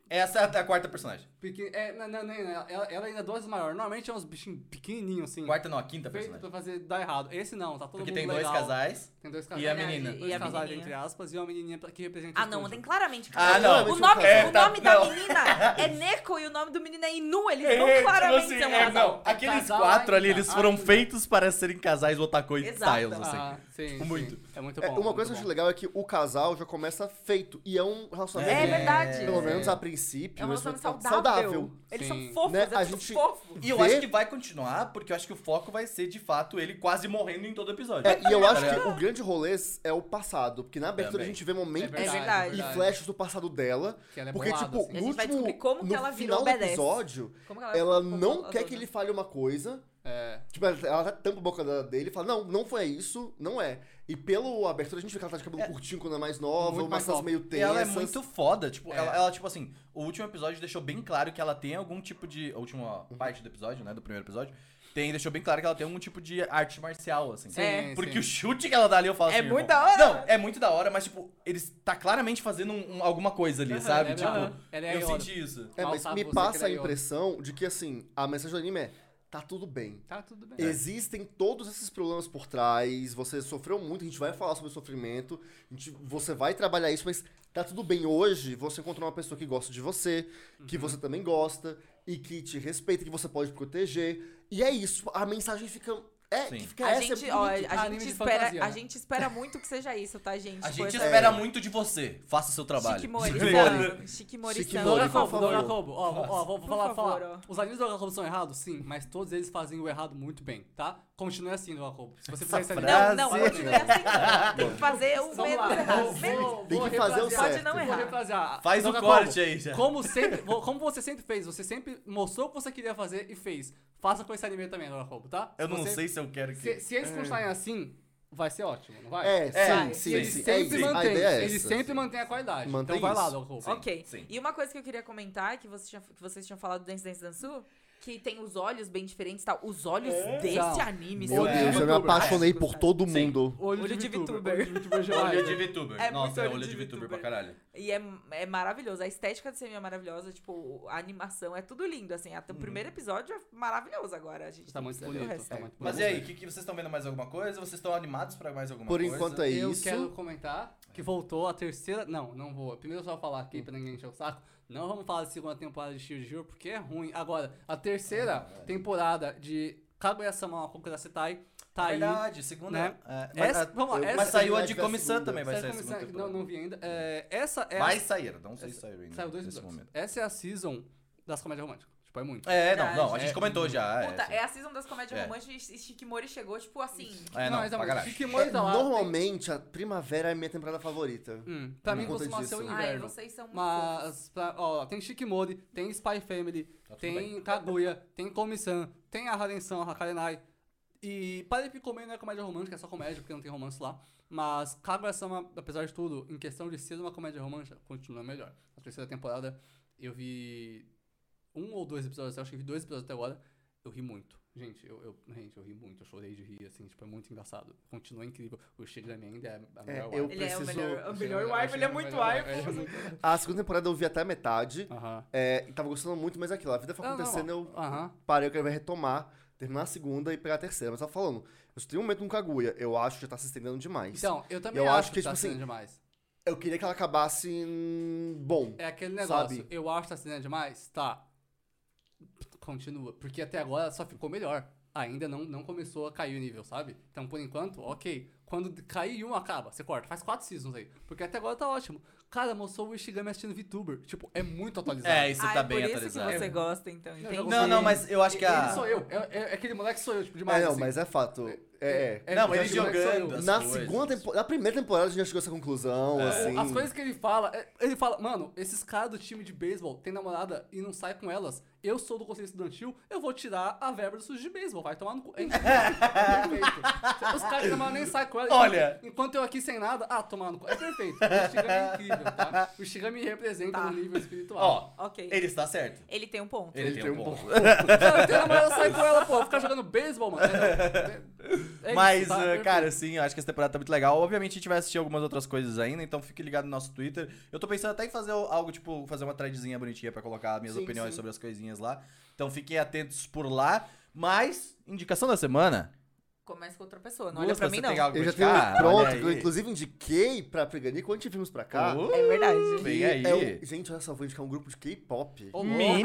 Essa é a quarta personagem. pequen... é, não, não, não, não, ela, ela ainda é duas maior. Normalmente é uns bichinhos pequenininhos, assim, Quarta não, a quinta feito pra personagem. fazer dar errado. Esse não, tá todo Porque mundo tem dois legal. casais. Tem dois E a casais. menina. Dois É, E a casais, menininha. entre aspas, e uma menininha pra- que representa o Ah, não, estúdio. tem claramente. que Ah, tem. não. O nome, É, o tá- nome da não. menina é Neko e o nome do menino é Inu. Eles É, não tipo claramente assim, são é, um casal. não, Aqueles Casal quatro ali, ainda, eles foram ainda. feitos para serem casais Otakoi Exato. Styles, assim. Ah, sim, Tipo, sim. muito. É muito bom. É, uma muito coisa que eu acho bom. legal é que o casal já começa feito. E é um relacionamento. É verdade. Pelo menos a princípio. É uma um relação relacionamento saudável. Eles são Sim. fofos, Né, é tudo a gente- fofo. E eu Vê- acho que vai continuar, porque eu acho que o foco vai ser, de fato, ele quase morrendo em todo episódio. É, e eu Tá acho que ligado? o grande rolê é o passado. Porque na abertura Também. a gente vê momentos É verdade. e flechas do passado dela. Que ela é porque, bolada, tipo, assim. E a no gente vai último. descobrir como que no ela virou final do badass. episódio, Como ela não quer que ele fale uma coisa. É. Tipo, ela ela tampa a boca da- dele e fala: Não, não foi isso, não é. E pela abertura a gente vê que ela tá de cabelo curtinho quando é mais nova, Muito umas mais coisas nova. meio E tensas. ela é muito foda, tipo, É. ela, ela, tipo assim, o último episódio deixou bem claro que ela tem algum tipo de. A última Uhum. parte do episódio, né? Do primeiro episódio, tem, deixou bem claro que ela tem algum tipo de arte marcial, assim. É. Sim, Porque sim. o chute que ela dá ali, eu falo É assim. muito irmão, da hora. Não, é muito da hora, mas, tipo, eles tá claramente fazendo um- um- alguma coisa ali, sabe? é tipo, verdade. Ela é eu Yoda. senti isso. Tipo, É, Mal mas sabe me você que passa a ela é Yoda. impressão de que, assim, a mensagem do anime é: Tá tudo bem. Tá tudo bem. Existem todos esses problemas por trás, você sofreu muito, a gente vai falar sobre sofrimento, a gente- você vai trabalhar isso, mas tá tudo bem hoje você encontrou uma pessoa que gosta de você, Uhum. que você também gosta, e que te respeita, que você pode proteger. E é isso, a mensagem fica. É, Sim. que fica A essa. gente, é ó, bonito. a Anime gente de espera, fantasia, a né? gente espera muito que seja isso, tá, gente? A gente Coisa- É. espera muito de você. Faça seu trabalho. Shikimori. Shikimori. sabe? Shikimori. Shikimori, sabe? por Dogacobo, favor. Dogacobo. Ó, vou- ó, vou Por falar, favor, falar. ó. Os animes do Dogacobo são errados? Sim, mas todos eles fazem o errado muito bem, tá? Continue assim, Dogacobo. Se você fizer Essa isso ali... frase- Não, não, continue assim. Tem que fazer o Vamos menos lá, errado. vou- vou- Tem vou que fazer o refrasear. certo. Pode não Vou errar. refrasear. Faz o Dogacobo, corte aí já. Como, sempre, vo- como você sempre fez, você sempre mostrou o que você queria fazer e fez. Faça com esse anime também, Dogacobo, tá? Eu não Você- sei se eu quero que. Se, se eles continuarem assim, vai ser ótimo, não vai? É, É, sim, sim, ele sim. é sempre isso. A mantém, ideia é ele essa, sempre sim. mantém a qualidade. Mantém então vai lá, isso. Dogacobo. ok. sim. E uma coisa que eu queria comentar, que vocês tinham, que vocês tinham falado do Dance Dance Dansu, que tem os olhos bem diferentes e tal. Os olhos deste Então, anime são Meu Deus, eu me fantásticos, apaixonei por cara. todo Sim. mundo. Olho, Olho de VTuber. Olho de VTuber gelado. Olho de VTuber. É muito Nossa, é olho olho de de VTuber pra VTuber. caralho. E é, é maravilhoso. A estética do cinema é maravilhosa, tipo, a animação é tudo lindo, assim. Até o primeiro episódio é maravilhoso agora. A Uhum. gente Tá tem muito que saber o bonito, resto. tá muito bonito. Mas e é aí, que, que vocês estão vendo mais alguma coisa? Vocês estão animados pra mais alguma Por coisa? enquanto é eu isso. quero comentar que voltou a terceira. Não, não vou. Primeiro só falar aqui pra ninguém encher o saco. Não vamos falar da segunda temporada de Shield Hero porque é ruim. Agora, a terceira temporada de Kaguya-sama Kokura Setai tá aí. Verdade, segunda. né? É, mas, Essa, mas vamos lá, eu- essa saiu a vai de ser a Comissão segunda. também, vai Sabe sair a como segunda. sa- não, temporada. não vi ainda. É, essa é. Vai a, sair, não sei se saiu ainda. saiu dois nesse episódios. momento. Essa é a season das comédias românticas. Tipo, é muito. É, não, não, a Verdade. gente comentou já. é, Puta, sim. é a season das comédias É. românticas e Shikimori chegou, tipo, assim... É, não, mas é pra muito. caralho. Shikimori tá lá. tem- Normalmente, a primavera é a minha temporada favorita. Hum, pra Por mim conta costuma ser disso. o inverno. Ai, vocês são muito fofos. Mas, pra- ó, tem Shikimori, tem Spy Family, Tá tudo tem Kaguya, tem Komi-san, tem a Harensan, a Hakarenai. E Pare Picomei não é comédia romântica, é só comédia, porque não tem romance lá. Mas Kaguya-sama, apesar de tudo, em questão de ser uma comédia romântica, continua melhor. Na terceira temporada, eu vi um ou dois episódios, até, acho que vi dois episódios até agora, eu ri muito. Gente, eu, eu, gente, eu ri muito, eu chorei de rir, assim, tipo, é muito engraçado. Continua incrível. O Shigrami ainda é a É, melhor eu wife. Ele é o preciso- melhor, o melhor Eu achei wife, ele é o muito melhor wife. wife. A segunda temporada eu vi até a metade. Aham. É, e tava gostando muito, mas é aquilo, a vida foi Não, não, acontecendo, eu Aham. parei, eu quero retomar. terminar a segunda e pegar a terceira. Mas ela falando, eu só tenho um momento com Kaguya, eu acho que já tá se estendendo demais. Então, eu também Eu acho, acho que, que tá tipo sendo assim, demais. Eu queria que ela acabasse hum, bom. É aquele negócio. sabe? Eu acho que tá sendo demais? Tá. Continua. Porque até agora só ficou melhor. Ainda não, não começou a cair o nível, sabe? Então, por enquanto, ok. Quando cair um, acaba. Você corta. Faz quatro seasons aí. Porque até agora tá ótimo. Cara, mostrou o Ishigami assistindo VTuber. Tipo, é muito atualizado. É, isso ah, tá é bem por isso atualizado. que você gosta, então. já entendi. gostei. Não, não, mas eu acho que Ele sou a. eu. É, é- é aquele moleque sou eu, tipo, demais. É, não, assim. mas é fato. É, é. É, Não, eu ele acho que o moleque sou jogando. eu. as Na coisas. É. segunda temporada, na primeira temporada a gente já chegou a essa conclusão, assim. As coisas que ele fala, é- ele fala, mano, esses caras do time de beisebol têm namorada e não sai com elas. Eu sou do conselho estudantil, eu vou tirar a verba dos estudos de beisebol, vai tomar no cu. É incrível. perfeito. Os caras que namoram nem saem com elas. Olha. Enquanto eu aqui sem nada, ah, tomar no cu. É perfeito. O Shigami é incrível, tá? O Shigami representa Tá. no nível espiritual. Ó, Ok. ele está certo. Ele tem um ponto. Ele, tem um ponto. Cara, tem namorada, sai com ela, pô. Ficar jogando beisebol, mano. É, é, é Mas, isso, tá? eh, Perfeito. cara, sim, eu acho que essa temporada tá muito legal. Obviamente a gente vai assistir algumas outras coisas ainda, então fique ligado no nosso Twitter. Eu tô pensando até em fazer algo, tipo, fazer uma threadzinha bonitinha pra colocar minhas Sim, opiniões sim. sobre as coisinhas lá. Então fiquem atentos por lá. Mas, indicação da semana. Começa com outra pessoa, não Gusta, olha pra mim, você não. tem algo Eu pra já tenho um indicar? pronto, Olha que eu aí. inclusive indiquei pra Pregani quando tivemos pra cá. Uh, É verdade. Vem que aí. é o- gente, olha só, vou indicar um grupo de K-pop. Ô, Mini!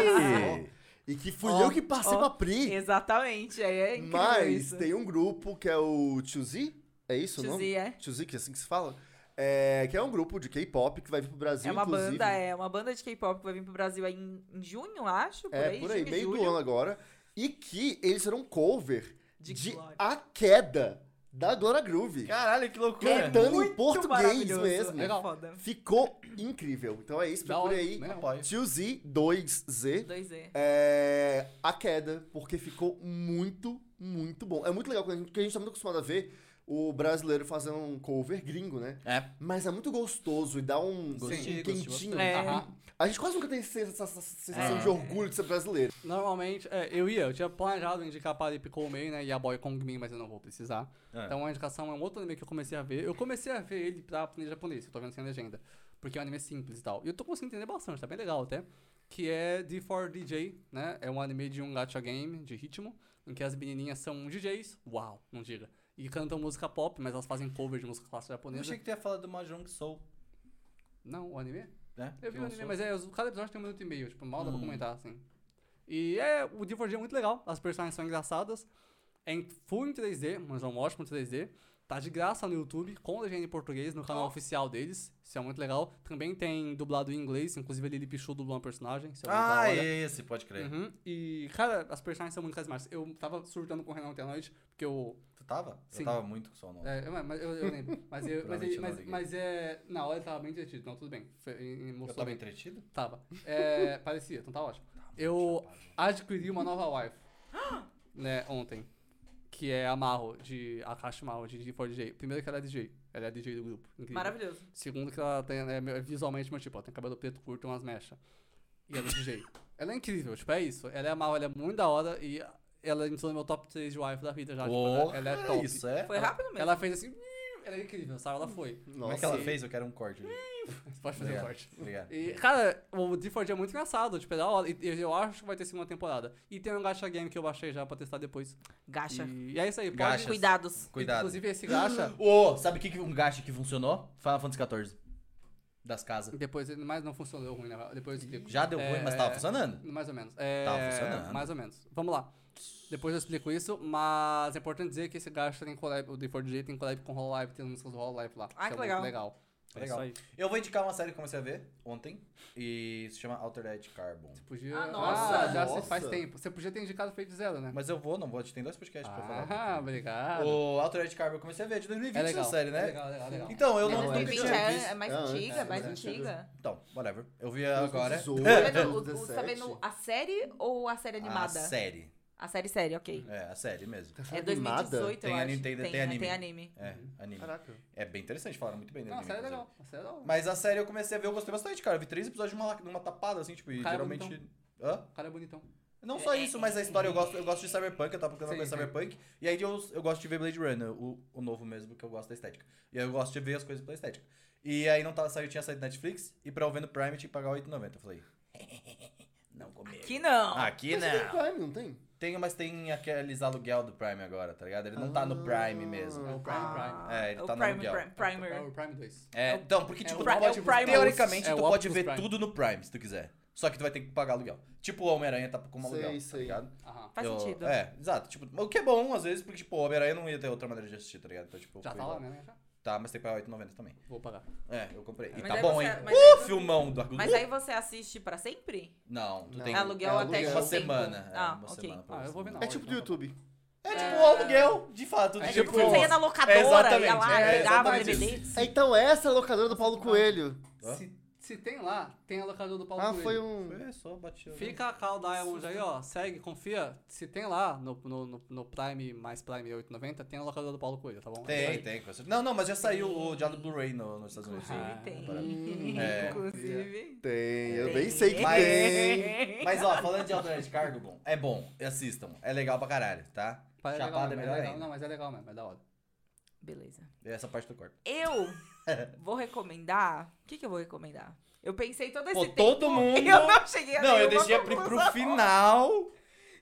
louco. E que fui Ó, eu que passei ó, pra Pri. Exatamente, aí é incrível Mas isso. tem um grupo que é o Chuzi, é isso o nome? Tiozinha, é. Chuzi, que é assim que se fala. É, que é um grupo de K-pop que vai vir pro Brasil, É uma inclusive. banda, é uma banda de K-pop que vai vir pro Brasil aí em em junho, acho. Por É, aí, por aí, junho, meio julho, do ano agora. E que eles serão cover De de, Glória. A Queda, da Glória Groove. Caralho, que loucura. tá- Cantando em Muito português maravilhoso, mesmo. É foda. Ficou incrível. Então é isso, Da hora, procure aí. né? Apoio. Tiozi 2Z. 2E. É, a queda, porque ficou muito, muito bom. É muito legal, quando a gente- porque a gente tá muito acostumado a ver o brasileiro fazendo um cover gringo, né? É. Mas é muito gostoso e dá Gostinho, um, um gostinho, quentinho. É. Aham. A gente quase nunca tem essa, essa- essa sensação É. de orgulho de ser brasileiro. Normalmente, é, eu ia, eu tinha planejado indicar para Ipicou Mei, né, e a Boy Kong Min, mas eu não vou precisar. É. Então a indicação é um outro anime que eu comecei a ver. Eu comecei a ver ele pra anime japonês, eu tô vendo sem legenda. Porque é um anime simples e tal. E eu tô conseguindo entender bastante, tá bem legal até. Que é D4DJ, né, é um anime de um gacha game, de ritmo, em que as menininhas são DJs, uau, não diga. E cantam música pop, mas elas fazem cover de música clássica Eu japonesa. achei que tu ia falar do Mahjong Soul. Não, o anime? é Né? Eu vi o anime, Lançou. mas é, os- cada episódio tem um minuto e meio, tipo, mal dá pra Hum. comentar, assim. E é, o Divorce é muito legal, as personagens são engraçadas, é em, full em 3D, mas é um ótimo 3D, tá de graça no YouTube, com legenda em português, no canal oficial deles, isso é muito legal. Também tem dublado em inglês, inclusive a Lily Pichu dublou uma personagem, isso é muito da Ah, hora. esse, pode crer. Uhum. E, cara, as personagens são muito carismáticas. Eu tava surtando com o Renan ontem à noite, porque eu Tu tava? Sim. Eu tava muito com sono. é, eu- mas eu, eu lembro. Mas, eu, mas, ele- Provavelmente eu não mas, liguei. mas é. Na hora ele tava bem divertido. Não, tudo bem. Fe- e- e Eu mostrou tava bem. entretido? Tava. É, parecia, então tá ótimo. Eu adquiri uma nova wife, né, ontem. Que é a Marro, de Akashi Marro, de D4 DJ. Primeiro que ela é DJ. Ela é DJ do grupo. Incrível. Maravilhoso. Segundo que ela tem, né, é visualmente meu tipo. Ela tem cabelo preto curto e umas mechas. E ela é DJ. ela é incrível, tipo, é isso. Ela é Marro, ela é muito da hora e ela entrou no meu top 3 de wife da vida já. tipo, ela, ela é Porra, top. Isso é. Foi Ela- rápido mesmo. Ela fez assim. "Ih", Ela é incrível, sabe? Ela foi. Como é que Nossa. ela Sim. fez? Eu quero um corte. gente. Pode fazer o Obrigado. corte. Obrigado. E, cara, o D4D é muito engraçado, tipo, é da hora. E eu, eu acho que vai ter segunda temporada. E tem um gacha game que eu baixei já pra testar depois. Gacha. E, e é isso aí, pode... Gacha. Cuidados. Cuidado. Inclusive, esse gacha, Ô, sabe o que que um gacha que funcionou? Final Fantasy XIV. Das casas. depois... Mas não funcionou ruim, né? Depois eu explico. Já deu ruim, mas tava É, funcionando. Mais ou menos. É, Tava Tá funcionando. Mais ou menos. Vamos lá. Depois eu explico isso, mas é importante dizer que esse gacha tem collab, o D4D tem collab com Hololive, tem as músicas do Hololive lá. Ah, Isso que é legal. Muito legal. É Legal. isso aí. Eu vou indicar uma série que eu comecei a ver ontem. E se chama Altered Carbon. Podia... Ah, nossa. Ah, já se Nossa. faz tempo. Você podia ter indicado Fate Zero, né? Mas eu vou, não vou. A gente tem dois podcasts pra Ah, falar. obrigado. O Altered Carbon eu comecei a ver de 2020 É legal. essa série, né? É legal, legal, legal. Então, eu É, não nunca 2020 tinha é, visto. é mais É antes, antiga, é é mais antes. antiga. Então, whatever. Eu vi agora 2018, Tá vendo, o- o- 2017. tá vendo a série ou a série a animada? série. A série série, ok. É, a série mesmo. Tá sendo É animada? 2018, Tem eu anime, acho. tem- tem né, anime. Tem anime. É, anime. Caraca. É bem interessante, falaram muito bem dele. Uhum. Não, a série é legal. A série é da hora. Mas a série eu comecei a ver, eu gostei bastante, cara. Eu vi três episódios de uma, numa tapada, assim, tipo, e Cara, geralmente. Hã? O cara é bonitão. Não só isso, mas a história eu gosto, eu gosto de Cyberpunk, eu tava procurando é, Sim, coisa de sim. Cyberpunk. E aí eu, eu gosto de ver Blade Runner, o, o novo mesmo, que eu gosto da estética. E aí eu gosto de ver as coisas pela estética. E aí não tava, saiu, tinha saído Netflix, e pra eu ver no Prime tinha que pagar R$8,90. Eu falei. "É, não comigo. Que não. Aqui Mas tem não. Prime, não tem? Tem, mas tem aqueles aluguel do Prime agora, tá ligado? Ele não tá no Prime mesmo. É o Prime Prime. É, ele Ah, o tá no Prime, aluguel. É Prime, Primer. o Prime 2. É, É o- então, porque, é tipo, o tu Pri- é o pode, Prime teoricamente, tu Plus. É o pode Optimus ver Prime. tudo no Prime, se tu quiser. Só que tu vai ter que pagar aluguel. Tipo, o Homem-Aranha tá como Sei, aluguel, tá sei. ligado? Aham. Faz Eu- sentido. É, exato. Tipo, o que é bom, às vezes, porque, tipo, o Homem-Aranha não ia ter outra maneira de assistir, tá ligado? Então, tipo, Já fui tá lá, né? Já? Tá, mas tem que pagar 8,90 também. Vou pagar. É, eu comprei. E Mas tá aí bom, você- hein? mas aí O você- Filmão do Agulha. Mas aí você assiste pra sempre? Não, tu Não. tem. É aluguel é até aluguel. que Uma tempo? semana. é, Ah, uma ok. semana pra Ah, você. eu vou ver na É tipo do YouTube. É tipo o aluguel, de fato. É de tipo tipo, Quando você ia na É, locadora, exatamente, ia lá, é, pegava exatamente DVD. É, Então essa é a locadora do Paulo Coelho. Hã? Se, se tem lá, tem a locadora do Paulo Ah, Coelho. foi um... É, só bati o- Fica a Cal Diamond aí, ó. Segue, confia. Se tem lá no, no, no, no Prime mais Prime 890, tem a locadora do Paulo Coelho, tá bom? Tem, tem. com certeza. Não, não, mas já saiu o Diário do Blu-ray no, nos Estados Unidos. Inclusive Ah, tem. É. Inclusive. Tem, eu bem sei que Mas- tem. Mas ó, falando de Altered Cargo, bom, é bom, assistam, é legal pra caralho, tá? Mas é legal, Chapada é mesmo, é melhor legal. ainda. Não, mas é legal mesmo, é da hora. Beleza. É Essa parte do corpo. Eu vou recomendar. O que, que eu vou recomendar? Eu pensei todo esse Pô, tempo. todo mundo- Eu não cheguei a Não, eu nenhuma deixei pro, pro conclusão. final.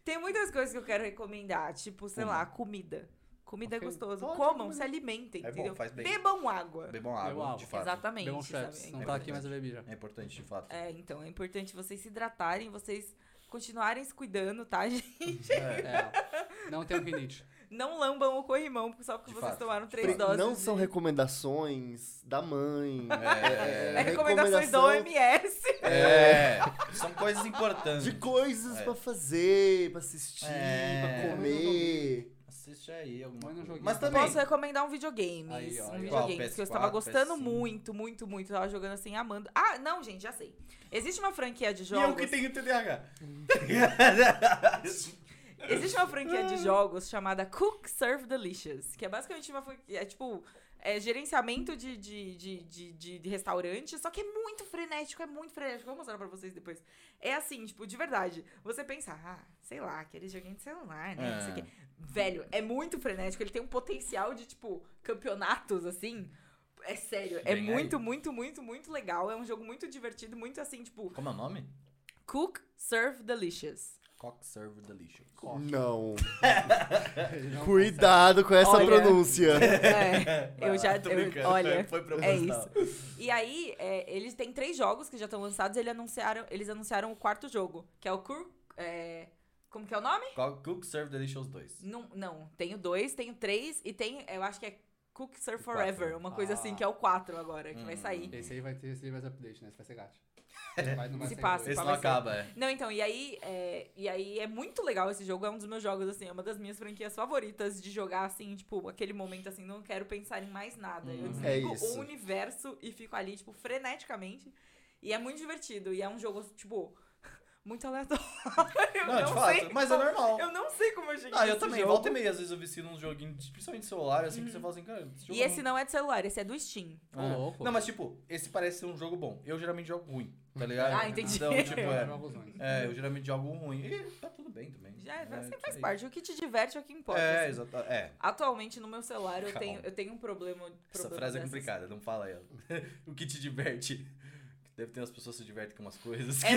Tem muitas coisas que eu quero recomendar, tipo, sei Como? lá, comida. Comida Ok, é gostoso. pode Comam, comer. se alimentem, É bom, entendeu? faz bem. Bebam água. Bebam Bebam água, água. de fato. Exatamente. Bebam sabe? Chaps. É Não tá aqui, importante. mas eu bebi já. É importante, de fato. É, então, é importante vocês se hidratarem, vocês continuarem se cuidando, tá, gente? É. É, não tem rinite. Não lambam o corrimão só porque De vocês fato, tomaram de três fato. doses. Não são de- recomendações da mãe. É. é recomendações da recomendação OMS. É. São coisas importantes. De coisas É. pra fazer, pra assistir, É. pra comer. Assiste aí alguma Põe no coisa. joguinho. Mas também... Posso recomendar um videogame. Aí, ó, um aí, ó. Qual? videogame que eu PS4, estava gostando PS5? muito, muito, muito. Tava jogando assim, amando. Ah, não, gente, já sei. Existe uma franquia de E eu jogos. que tenho TDAH. Existe uma franquia de jogos chamada Cook Serve Delicious, que é basicamente uma franquia. É tipo. é gerenciamento de, de, de, de, de- de restaurante, só que é muito frenético, é muito frenético. Vou mostrar pra vocês depois. É assim, tipo, de verdade. Você pensa, ah, sei lá, aquele joguinho de celular, né? Não sei o quê. Velho, é muito frenético. Ele tem um potencial de, tipo, campeonatos, assim. É sério, Bem é aí. muito, muito, muito, muito legal. É um jogo muito divertido, muito assim, tipo, Como é o nome? Cook Serve Delicious. Cock Server Delicious. Não. Ele não Cuidado com essa Olha. pronúncia. É, Vai eu lá, já. tô eu- brincando. olha. Foi É proposital. isso. E aí, é, eles têm três jogos que já estão lançados eles anunciaram, eles anunciaram o quarto jogo, que é o Cur. é, como que é o nome? Cook Cook Serve Delicious 2. Não, não, tem o dois, tem o três e tem, eu acho que é Cook Serve O quatro. Forever, uma coisa Ah. assim, que é o quatro agora, que vai Hum. sair. consegue. Esse aí vai ter, esse aí vai ser update, né? Esse vai ser gato. Se passa, Esse Esse não vai ser- acaba, é. Não, então, e aí, é, e aí é muito legal esse jogo, é um dos meus jogos, assim, é uma das minhas franquias favoritas de jogar, assim, tipo, aquele momento, assim, não quero pensar em mais nada. Uhum. Eu É desligo isso. o universo e fico ali, tipo, freneticamente. E é muito divertido, e é um jogo, tipo, muito aleatório. Eu Não, de sei fato, mas é como- normal. Eu não sei como eu cheguei Ah, eu nesse também. jogo. Volta e meia, às vezes eu vici num joguinho, principalmente de celular, assim, que você fala assim, cara, esse jogo Hum. E esse não é de celular, esse é do Steam. não... Ô, É. louco. Não, mas tipo, esse parece ser um jogo bom. Eu geralmente jogo ruim, tá ligado? Ah, entendi. Então, tipo, é... é. É, eu geralmente jogo ruim. E tá tudo bem também. Já, é, você que faz é parte, o que te diverte é o que isso. importa. É, assim. exato. É, Atualmente, no meu celular, eu Calma. tenho, eu tenho um problema... essa problema frase é dessas. complicada, não fala ela. o que te diverte? Deve ter umas pessoas que se divertem com umas coisas. É que-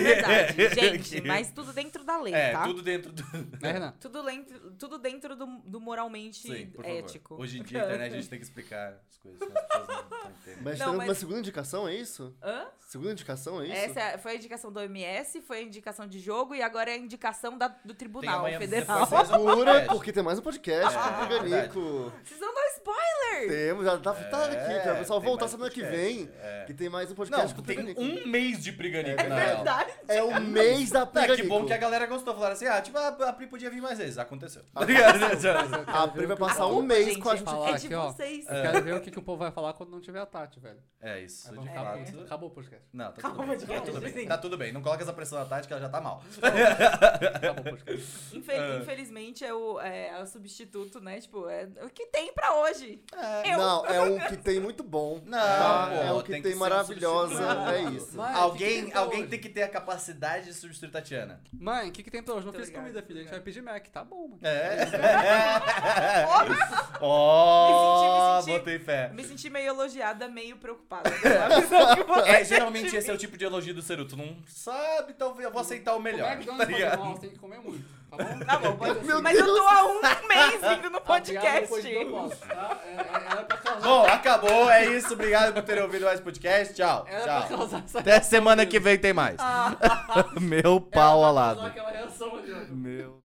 verdade, gente, que- mas tudo dentro da lei, É, tá? tudo dentro do... Né, Renan? Tudo, lento- tudo dentro do, do moralmente Sim, por favor. ético. Hoje em dia, a internet, a gente tem que explicar as coisas, senão as pessoas não não entendem. Mas Não, tem mas- uma segunda indicação, é isso? Hã? Segunda indicação, é isso? Essa é- foi a indicação do OMS, foi a indicação de jogo e agora é a indicação da- do Tem Tribunal amanhã Federal. depois mais um Segura, podcast. porque tem mais um podcast É, do Piganico. Vocês vão dar spoiler! Temos, já tá fitado aqui, pra o pessoal É, tem voltar mais semana que podcast, vem. é. Que tem mais um podcast Não, com o tem Piganico. um mês de Priganico. É na real. Verdade. É o mês da Ah, Piganico. que bom que a galera gostou. Falaram assim, ah, tipo, a, a Pri podia vir mais vezes. Aconteceu. Tá Obrigado. né, A Pri vai passar um Desculpa, mês gente, com a gente Fala É aqui, de ó. vocês. Eu quero ver o que, que o povo vai falar quando não tiver a Tati, velho. é Tá isso, Aí de vamos acabar. fato. Acabou o podcast. Não, tá Calma, tudo, bem. gente, tá tudo bem. assim. Tá tudo bem. Não coloca essa pressão na Tati que ela já tá mal. Acabou o podcast. Infe- Infelizmente é o, é, é o substituto, né? Tipo, é o que tem pra hoje. Eu. Não, é um que tem muito bom. Não, tá? pô, é o que tem tem, que ser um maravilhosa. substituto. é isso. Mas- Ah, que alguém que tem alguém hoje? tem que ter a capacidade de substituir Tatiana. Mãe, o que, que tem pra hoje? Não Muito fez obrigada, comida, filha. A gente vai pedir Mac. Tá bom, mano. É. Me Ó, senti, me senti. botei fé. Eu me senti meio elogiada, meio preocupada. pela visão que você É, tem geralmente de esse é mim. o tipo de elogio do Ceru. Tu não sabe, talvez eu vou aceitar o O melhor. McDonald's Tá fazer ligado? mal, você tem que comer muito. tá bom? Tá bom, pode Meu Mas eu tô há um mês vindo no podcast. Obrigado, depois eu posso, tá? É- é- Era pra causar, Bom, acabou. É isso. Obrigado por terem ouvido mais podcast. Tchau. era é pra Tchau. causar essa Até semana que vem tem mais. Ah. Meu Era pau pra causar alado. aquela reação ali, ó. Meu.